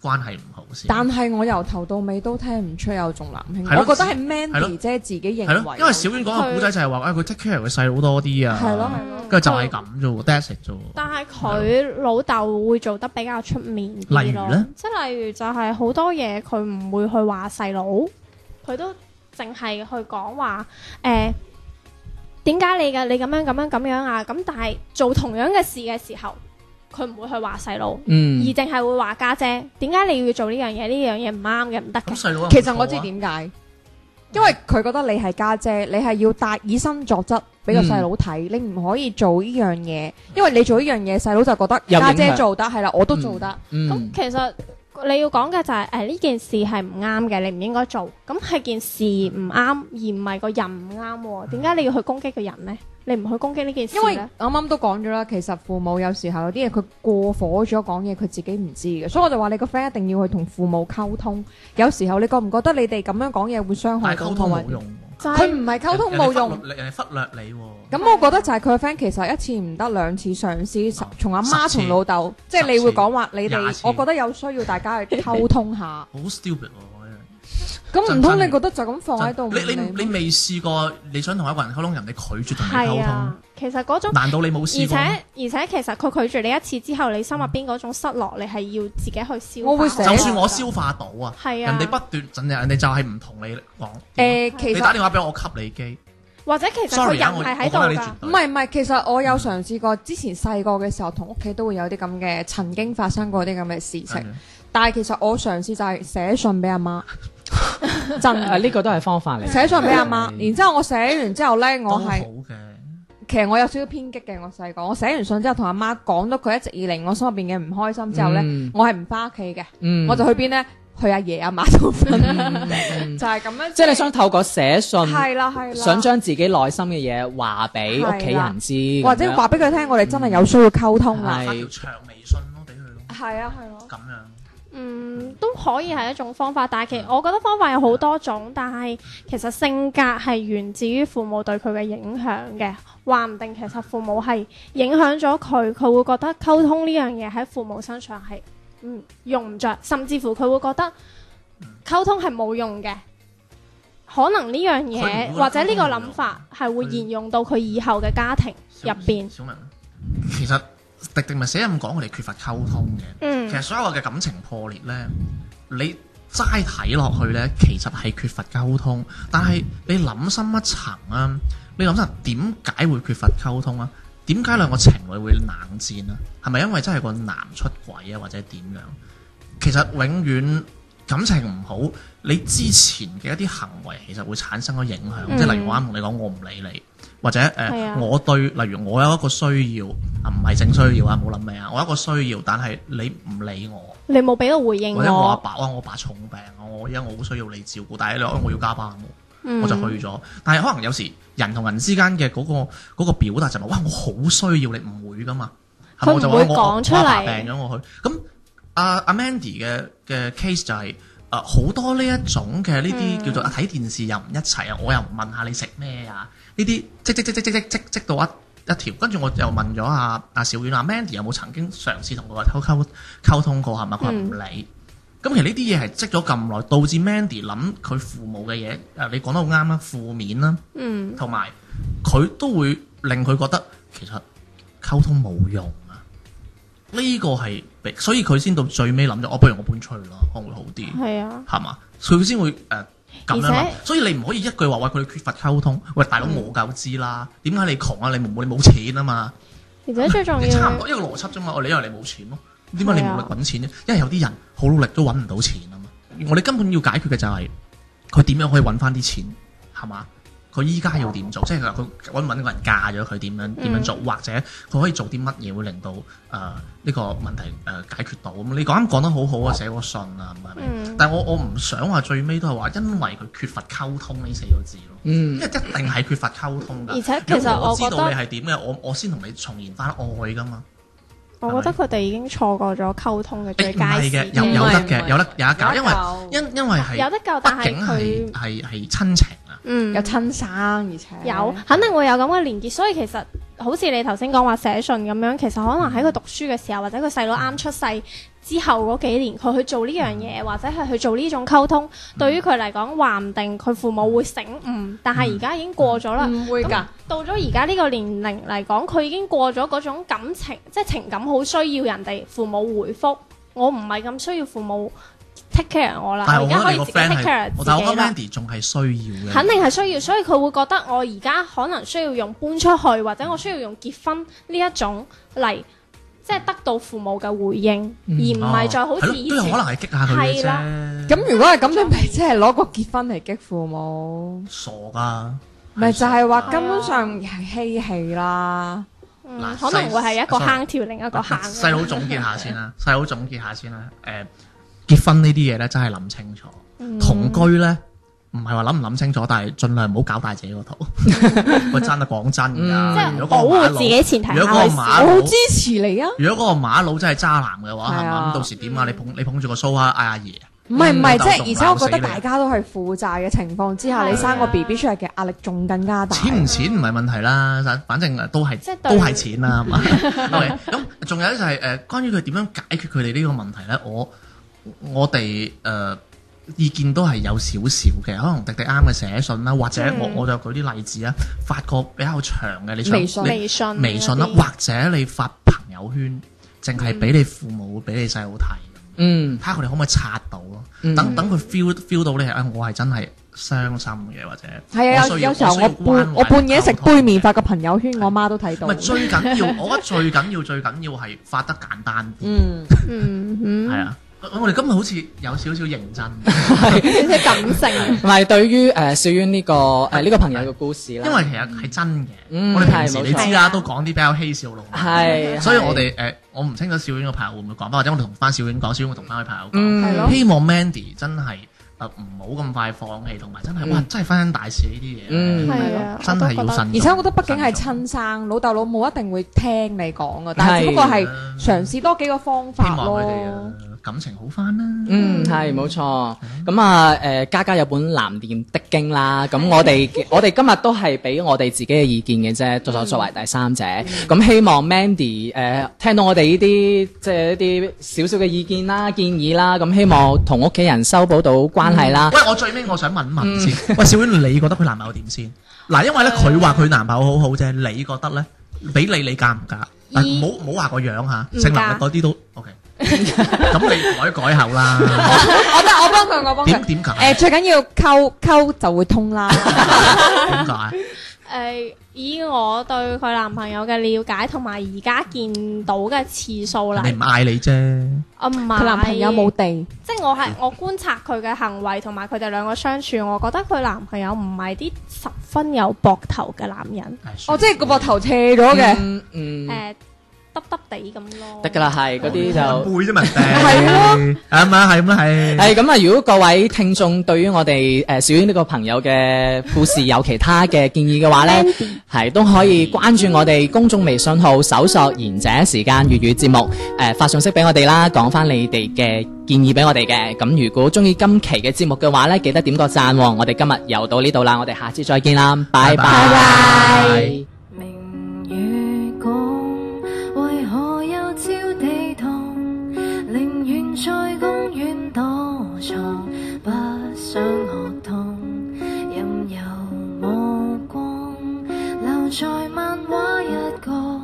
Speaker 1: 關係唔好先？
Speaker 3: 但係我由頭到尾都聽唔出有重男輕
Speaker 1: 係
Speaker 3: 女，
Speaker 1: 咯
Speaker 3: 我覺得係
Speaker 1: 係咯
Speaker 3: Mandy 姐自己認
Speaker 1: 係
Speaker 3: 為
Speaker 1: 咯，因為小婉講嘅古仔就係話，誒哎佢 take care 佢細佬多啲啊，
Speaker 3: 係咯係
Speaker 5: 咯
Speaker 1: 跟住就係咁啫喎，that's it 啫喎。
Speaker 5: 但係佢老豆會做得比較出面
Speaker 1: 例
Speaker 5: 啲
Speaker 1: 如
Speaker 5: 咯
Speaker 1: 呢，
Speaker 5: 即係例如就係好多嘢佢唔會去話細佬，佢都淨係去講話誒點解你嘅你咁樣咁樣咁樣啊？咁但係做同樣嘅事嘅時候，佢唔會去話細佬，而
Speaker 2: 嗯，
Speaker 5: 淨係會話家姐點解你要做呢樣嘢？呢樣嘢唔啱嘅，唔得
Speaker 1: 咁
Speaker 5: 嘅。
Speaker 1: 細佬有冇
Speaker 3: 其實我
Speaker 1: 錯
Speaker 3: 知
Speaker 1: 啊，
Speaker 3: 點解，因為佢覺得你係家姐，你係要帶以身作則俾
Speaker 1: 嗯
Speaker 3: 個細佬睇，你唔可以做呢樣嘢，因為你做呢樣嘢，細佬就覺得
Speaker 2: 有影
Speaker 3: 家
Speaker 2: 響
Speaker 3: 姐做得係啦，我都做得。
Speaker 5: 咁
Speaker 2: 嗯，
Speaker 5: 其實你要講嘅就係哎誒呢件事係唔啱嘅，你唔應該做。咁係件事唔啱，而唔係個人唔啱喎。點解你要去攻擊個人呢？你唔去攻擊呢件事
Speaker 4: 因為
Speaker 5: 咧？
Speaker 4: 我啱啱都講咗啦，其實父母有時候有啲嘢佢過火咗講嘢，佢自己唔知嘅，所以我就話你個 friend 一定要去同父母溝通。有時候你覺唔覺得你哋咁樣講嘢會傷
Speaker 1: 但
Speaker 4: 害
Speaker 1: 係
Speaker 4: 到
Speaker 1: 溝通
Speaker 4: 我
Speaker 1: 冇？用喎。
Speaker 5: 就
Speaker 4: 佢
Speaker 5: 係
Speaker 4: 唔係溝通冇用。
Speaker 1: 人人哋忽略你人哋忽略你喎。
Speaker 4: 咁我覺得就係佢個 friend 其實一次唔得兩次嘗試
Speaker 1: 啊，
Speaker 4: 從阿媽
Speaker 1: 十次
Speaker 4: 同老豆，即係你會講話你
Speaker 1: 廿
Speaker 4: 哋，
Speaker 1: 次
Speaker 4: 我覺得有需要大家去溝 通下。
Speaker 1: 好 stupid 喎！呢
Speaker 4: 咁唔通你覺得就咁放
Speaker 1: 樣
Speaker 4: 喺度唔
Speaker 1: 真你你
Speaker 4: 理
Speaker 1: 你
Speaker 4: 咩？
Speaker 1: 未試過你想同一個人溝通，人哋拒絕同你溝
Speaker 5: 係
Speaker 1: 通
Speaker 5: 啊，，其實嗰種。
Speaker 1: 難道你冇
Speaker 5: 而且
Speaker 1: 試過咩？
Speaker 5: 而且其實佢拒絕你一次之後，你心入邊嗰種失落，你係要自己去消化。
Speaker 4: 我會寫
Speaker 1: 就算我消化到啊，
Speaker 5: 係
Speaker 1: 人
Speaker 5: 啊
Speaker 1: 哋不斷真係人哋就係唔同你講。啊
Speaker 4: 誒，其
Speaker 1: 你
Speaker 4: 實
Speaker 1: 打電話俾我，我吸你機。
Speaker 5: 或者其實佢
Speaker 1: Sorry 啊，
Speaker 5: 人
Speaker 1: 我
Speaker 5: 係
Speaker 1: 我
Speaker 5: 喺
Speaker 1: 講
Speaker 5: 度
Speaker 1: 有啲
Speaker 5: 㗎
Speaker 1: 絕，
Speaker 4: 唔
Speaker 1: 對。
Speaker 4: 係唔係，其實我有嘗試過，之前細個嘅時候同屋企都會有啲咁嘅，曾經發生過啲咁嘅事
Speaker 1: 嗯
Speaker 4: 情。但係其實我嘗試就係寫信俾 阿媽，真
Speaker 2: 誒呢個都係方法嚟。
Speaker 4: 寫信俾阿媽。然之後我寫完之後呢，
Speaker 1: 都
Speaker 4: 我
Speaker 1: 好
Speaker 4: 係
Speaker 1: 嘅。
Speaker 4: 其實我有少少偏激嘅。我細個我寫完信之後同阿媽講咗佢一直以嚟我心入邊嘅唔開心之後呢，
Speaker 2: 嗯
Speaker 4: 我係唔翻屋企嘅，
Speaker 2: 嗯
Speaker 4: 我就去邊呢？去阿爺阿媽度瞓， 就嗯係咁樣。嗯
Speaker 2: 即係你想透過寫信，
Speaker 4: 係啦係啦，
Speaker 2: 想將自己內心嘅嘢話俾
Speaker 4: 係啦
Speaker 2: 屋企人知，
Speaker 4: 或者
Speaker 2: 咁樣
Speaker 4: 話俾佢聽，我哋真係有需要溝通啦。
Speaker 1: 發條
Speaker 2: 係
Speaker 1: 長微信咯，俾佢咯，
Speaker 4: 係啊係咯，
Speaker 1: 咁樣。
Speaker 5: 嗯，都可以係一種方法，但係其
Speaker 1: 嗯
Speaker 5: 我覺得方法有好多種，但係其實性格係源自於父母對佢嘅影響嘅，話唔定其實父母係影響咗佢，佢會覺得溝通呢樣嘢喺父母身上係嗯用唔着，甚至乎佢會覺得溝通係冇用嘅。可能呢樣
Speaker 1: 佢
Speaker 5: 嘢
Speaker 1: 唔會
Speaker 5: 或者呢個
Speaker 1: 溝通冇
Speaker 5: 諗
Speaker 1: 用
Speaker 5: 法係會
Speaker 1: 佢
Speaker 5: 沿用到佢以後嘅家庭入
Speaker 1: 小
Speaker 5: 邊。
Speaker 1: 小明，其實迪迪咪寫咁講，我哋缺乏溝通嘅。
Speaker 5: 嗯
Speaker 1: 其實所有嘅感情破裂呢，你齋睇落去呢，其實係缺乏溝通。但係你諗深一層啊，你諗深點解會缺乏溝通啊？點解兩個情侶會冷戰啊？係咪因為真係個男出軌啊，或者點樣？其實永遠感情唔好，你之前嘅一啲行為其實會產生咗影響，
Speaker 5: 嗯
Speaker 1: 即係例如我啱同你講，我唔理你，或者誒、呃
Speaker 5: 係啊
Speaker 1: 我對，例如我有一個需要啊，唔係正需要啊，冇諗咩啊，我有一個需要，但係你唔理我。
Speaker 5: 你冇俾到回應
Speaker 1: 或者我阿
Speaker 5: 我，
Speaker 1: 爸啊，我阿爸重病啊，我而家我好需要你照顧，但係你話我要加班啊喎，
Speaker 5: 嗯
Speaker 1: 我就去咗。但係可能有時人同人之間嘅嗰、個嗰、個表達就係、哇，我好需要你，唔會噶嘛，係咪
Speaker 5: 佢唔
Speaker 1: 我就話
Speaker 5: 會
Speaker 1: 我
Speaker 5: 講出
Speaker 1: 我阿爸
Speaker 5: 嚟
Speaker 1: 病咗我去。咁阿阿 Mandy 嘅嘅 case 就係、啊好、多呢一種嘅呢
Speaker 5: 嗯
Speaker 1: 啲叫做啊睇電視又唔一齊啊，我又唔問下你食咩啊，呢啲積積積積積積積積到一一條，跟住我又問咗阿阿小婉阿啊 Mandy 有冇曾經嘗試同佢溝溝溝通過係咪？佢話唔
Speaker 5: 嗯
Speaker 1: 理。咁其實呢啲嘢係積咗咁耐，導致 Mandy 諗佢父母嘅嘢，誒你講得好啱啦，負面啦，
Speaker 5: 嗯。
Speaker 1: 同埋佢都會令佢覺得其實溝通冇用啊。呢個係被，所以佢先到最尾諗咗，哦我不如我搬出去啦，可能會好啲。
Speaker 5: 係啊，
Speaker 1: 係嘛？所以佢先會誒咁、樣
Speaker 5: 而
Speaker 1: 諗
Speaker 5: 且。
Speaker 1: 所以你唔可以一句話喂佢哋缺乏溝通。喂，大佬我夠知啦，點解你窮啊？你冇你冇錢啊嘛？
Speaker 5: 而且最重
Speaker 1: 你
Speaker 5: 要
Speaker 1: 差唔多一個邏輯啫嘛。哦我你因為你冇錢咯，點解你
Speaker 5: 係
Speaker 1: 冇
Speaker 5: 啊
Speaker 1: 力揾錢啫？因為有啲人好努力都揾唔到錢啊嘛。我哋根本要解決嘅就係佢點樣可以揾翻啲錢，係嘛？佢依家要點做？
Speaker 5: 哦
Speaker 1: 即係佢揾唔揾個人嫁咗佢點樣
Speaker 5: 嗯
Speaker 1: 點樣做，或者佢可以做啲乜嘢會令到誒呢、個問題誒、呃解決到咁？你講啱講得好好啊，寫個信啊，係咪？
Speaker 5: 嗯
Speaker 1: 但我我唔想話最尾都係話，因為佢缺乏溝通呢四個字咯，因
Speaker 2: 嗯
Speaker 1: 為一定係缺乏溝通㗎。
Speaker 5: 而且其實
Speaker 1: 因為我
Speaker 5: 我
Speaker 1: 知
Speaker 5: 覺
Speaker 1: 道
Speaker 5: 得
Speaker 1: 你係點嘅，我我先同你重燃翻愛㗎嘛。
Speaker 5: 我覺得佢哋已經錯過咗溝通嘅
Speaker 1: 誒
Speaker 5: 最
Speaker 1: 唔
Speaker 5: 佳
Speaker 1: 係
Speaker 5: 時
Speaker 1: 嘅，
Speaker 5: 機。
Speaker 1: 有有
Speaker 4: 唔
Speaker 1: 得
Speaker 4: 係唔
Speaker 1: 嘅，
Speaker 4: 係
Speaker 1: 有得有得搞，因為
Speaker 4: 有得
Speaker 1: 因因為係
Speaker 5: 有得救，但
Speaker 1: 畢
Speaker 5: 係
Speaker 1: 竟係
Speaker 5: 佢
Speaker 1: 係係親情啊。
Speaker 5: 嗯
Speaker 4: 有親生而且
Speaker 5: 有肯定會有咁嘅連結，所以其實好似你頭先講話寫信咁樣，其實可能喺佢讀書嘅時候，或者佢細佬啱出世之後嗰幾年，佢去做呢樣嘢，
Speaker 1: 嗯
Speaker 5: 或者係去做呢種溝通，對於佢嚟講話唔定佢父母會醒悟，
Speaker 1: 嗯
Speaker 5: 但係而家已經過咗啦。
Speaker 4: 唔會㗎。
Speaker 5: 到咗而家呢個年齡嚟講，佢已經過咗嗰種感情，即係情感好需要人哋父母回覆。我唔係咁需要父母 take care 我啦，
Speaker 1: 但係
Speaker 5: 我
Speaker 1: 我
Speaker 5: 而家
Speaker 1: 覺得你個
Speaker 5: 可以自己 take
Speaker 1: friend
Speaker 5: care
Speaker 1: 係，
Speaker 5: 自
Speaker 1: 但係我
Speaker 5: 己
Speaker 1: 覺得
Speaker 5: 啦。
Speaker 1: Mandy 仲係需要嘅。
Speaker 5: 肯定係需要，所以佢會覺得我而家可能需要用搬出去，或者我需要用結婚呢一種嚟，即係得到父母嘅回應，而唔係再好
Speaker 1: 嗯哦係咯
Speaker 5: 似以
Speaker 1: 都有
Speaker 5: 前
Speaker 1: 可能係激下佢嘅
Speaker 5: 係啦
Speaker 1: 啫。
Speaker 4: 咁如果係咁，你咪即係攞個結婚嚟激父母，
Speaker 1: 傻㗎，
Speaker 4: 咪就啊係話根本
Speaker 5: 係啊
Speaker 4: 上係嬉戲啦。
Speaker 5: 嗯
Speaker 1: 嗱
Speaker 5: 可能會係一個
Speaker 1: 細
Speaker 5: 坑跳另啊一個坑。
Speaker 1: 細佬總結下先啦， 細佬總結下先啦。誒、結婚呢啲嘢咧，真係諗清楚。同居咧，唔唔係話諗唔諗清楚，但係盡量唔好搞大自己個肚。喂，真啊，講真
Speaker 2: 嗯即
Speaker 1: 㗎，
Speaker 2: 係
Speaker 1: 如果
Speaker 5: 保
Speaker 1: 嗰個馬
Speaker 5: 護
Speaker 1: 佬
Speaker 5: 自己前提下
Speaker 1: 如果嗰
Speaker 5: 去
Speaker 1: 個
Speaker 5: 試。
Speaker 1: 馬
Speaker 3: 我好
Speaker 1: 佬
Speaker 3: 支持你啊！
Speaker 1: 如果嗰個馬佬真係渣男嘅話，係
Speaker 3: 係
Speaker 1: 咪
Speaker 3: 啊
Speaker 1: 咁到時點啊？你捧你捧住個須蝦嗌阿爺，
Speaker 3: 唔係唔係，
Speaker 1: 嗯
Speaker 3: 即係而且我覺得
Speaker 1: 鬧死
Speaker 3: 大
Speaker 1: 你
Speaker 3: 家都係負債嘅情況之下，
Speaker 5: 係啊
Speaker 3: 你生個 B B 出嚟嘅壓力仲更加大。
Speaker 1: 錢唔錢唔係問題啦，反反正誒都係
Speaker 5: 即係
Speaker 1: 都
Speaker 5: 對
Speaker 1: 係錢啦，係嘛 ？OK，咁仲有咧就係誒，關於佢點樣解決佢哋呢個問題咧，我我哋誒意見都係有少少嘅，可能迪迪啱嘅寫信啦，或
Speaker 5: 嗯
Speaker 1: 者我我就舉啲例子啊，發個比較長嘅你想
Speaker 3: 微信
Speaker 1: 你
Speaker 5: 微信
Speaker 1: 微信啦，
Speaker 5: 嗰啲
Speaker 1: 或者你發朋友圈，淨係俾你父母俾你細佬睇。
Speaker 2: 嗯
Speaker 1: 睇下佢哋可唔可以刷到咯。
Speaker 2: 嗯
Speaker 1: 等等佢 feel feel 到你係，哎我係真係傷心嘅，或者
Speaker 3: 係啊，有
Speaker 1: 我需要
Speaker 3: 有時候
Speaker 1: 需
Speaker 3: 我
Speaker 1: 要關
Speaker 3: 半
Speaker 1: 懷
Speaker 3: 我半夜食
Speaker 1: 溝通
Speaker 3: 杯麵，發個朋友圈，我媽都睇到
Speaker 1: 唔。係最緊要，我覺得最緊要最緊要係發得簡單啲，
Speaker 3: 嗯，
Speaker 5: 嗯
Speaker 1: 係
Speaker 5: 哼，
Speaker 1: 啊。我我哋今日好似有少少認真，
Speaker 5: 有啲感 性，
Speaker 2: 唔係對於誒小淵呢個誒呢個朋友嘅故事啦，
Speaker 1: 因為其實係真嘅。
Speaker 2: 嗯
Speaker 1: 我哋平時
Speaker 2: 係冇錯
Speaker 1: 你知啦，都講啲比較嬉笑怒罵，
Speaker 2: 係
Speaker 1: 所以我哋誒，我唔清楚小婉個朋友會唔會講翻，或者我哋同翻小婉講，小婉會同翻佢朋友講。
Speaker 2: 嗯
Speaker 3: 係咯
Speaker 1: 希望 Mandy 真係誒唔好咁快放棄，同埋真係哇
Speaker 2: 嗯
Speaker 1: 真係婚姻大事呢啲嘢。
Speaker 2: 嗯
Speaker 5: 係啊，
Speaker 1: 真係要
Speaker 5: 我都覺得
Speaker 1: 慎重
Speaker 3: 而且我覺得畢竟係親生，老豆老母一定會聽你講嘅，但
Speaker 2: 係
Speaker 3: 係只不過係嘗試多幾個方
Speaker 1: 啊希
Speaker 3: 法
Speaker 1: 望佢哋
Speaker 3: 咯。
Speaker 1: 呃感情好翻啦。
Speaker 2: 嗯，係冇錯。
Speaker 1: 嗯
Speaker 2: 咁啊，誒，家家有本難念的經啦。咁我哋我哋今日都係俾我哋自己嘅意見嘅啫，作
Speaker 4: 嗯
Speaker 2: 作作為第三者。咁希望 Mandy 誒聽到我哋呢啲即係一啲少少嘅意見啦、建議啦，咁希望同屋企人修補到關係啦。
Speaker 1: 喂，我最尾我想問一問先， 喂，小婉，你覺得佢男朋友點先？嗱，因為咧佢話佢男朋友好好啫，你覺得咧？俾你你嫁唔嫁？嗱
Speaker 5: 依
Speaker 1: 唔好唔好話個樣
Speaker 5: 唔
Speaker 1: 嚇，性能力
Speaker 5: 嫁
Speaker 1: 嗰啲都 OK。咁你改改口 啦，
Speaker 3: 我得我幫佢，我幫
Speaker 1: 點
Speaker 3: 佢。
Speaker 1: 點解？
Speaker 3: 誒，最緊要溝溝就會通 啦。
Speaker 1: 點解？
Speaker 5: 誒，呃以我對佢男朋友嘅了解同埋而家見到嘅次數
Speaker 1: 人，
Speaker 5: 嚟
Speaker 1: 哋唔嗌你啫，
Speaker 5: 啊唔係
Speaker 3: 佢男朋友冇地，
Speaker 5: 即係我係我觀察佢嘅行為同埋佢哋兩個相處，我覺得佢男朋友唔係啲十分有膊頭嘅男人，
Speaker 1: 唉
Speaker 3: 哦，
Speaker 1: 算
Speaker 3: 即係個膊頭斜咗嘅。
Speaker 2: 嗯嗯，
Speaker 5: 誒耷耷地咁咯。
Speaker 2: 得㗎啦，係嗰啲就
Speaker 1: 背。啫 嘛，
Speaker 3: 係
Speaker 1: 咯，係咪啊？係咁啦，係。
Speaker 2: 係咁啊！如果各位聽眾對於我哋誒小英呢個朋友嘅故事有其他嘅建議嘅話呢，係都可以關注我哋公眾微信號，搜索「賢者時間粵語節目」，誒、發信息俾我哋啦，講翻你哋嘅建議俾我哋嘅。咁如果中意今期嘅節目嘅話呢，記得點個讚喎、我哋今日又到呢度啦，我哋下次再見啦，拜
Speaker 1: 拜拜
Speaker 2: 拜
Speaker 6: 明月光，為何又照地堂？寧願在公園躲藏，不想學堂，任由目光留在漫畫一角。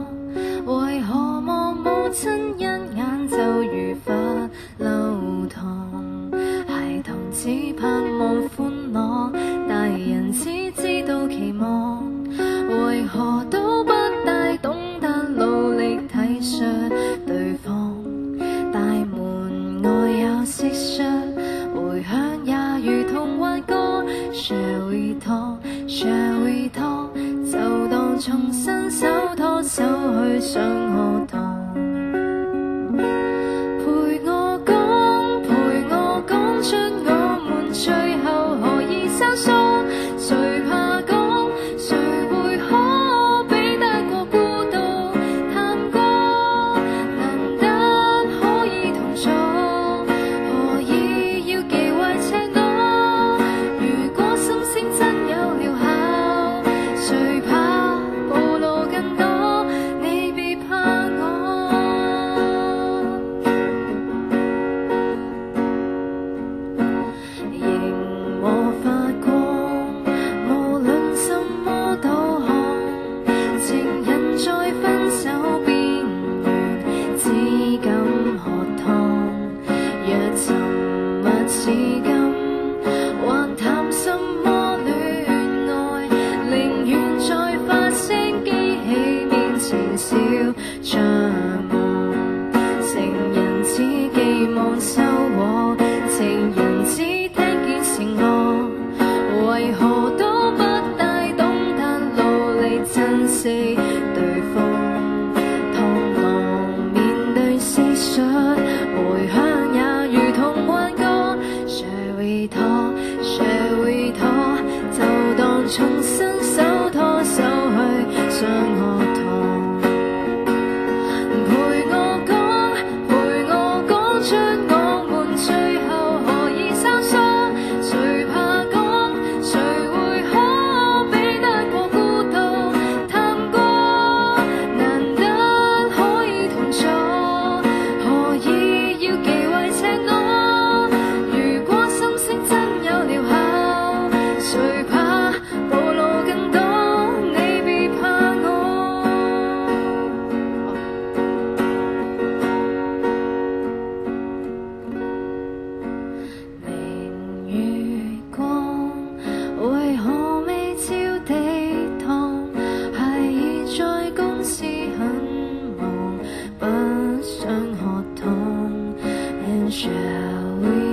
Speaker 6: 為何望母親一眼就如罰留堂？孩童只盼望歡樂，大人只知道期望。為何都不大懂得努力體恤對方？大門外有蟋蟀，回響也如同幻覺。Shall we talk？Shall we talk？就當重新手拖手去上學堂。陪我講，陪我講出我們最後何以生疏？誰怕講？誰會可比得過孤獨探戈？難得可以同坐，何以要忌諱赤裸？如果心聲真有療效，誰怕暴露更多？你別怕我。螢幕發光，無論什麼導航，情人在分手邊緣，只敢喝湯。若沉默是金，還談什麼戀愛？寧願在發聲機器面前笑着望。成人只寄望收穫，情人只聽見承諾，為何都不大懂得努力珍惜對方？螳螂面對蟋蟀，回響也如同幻覺。Shall we talk? Shall we talk? shall we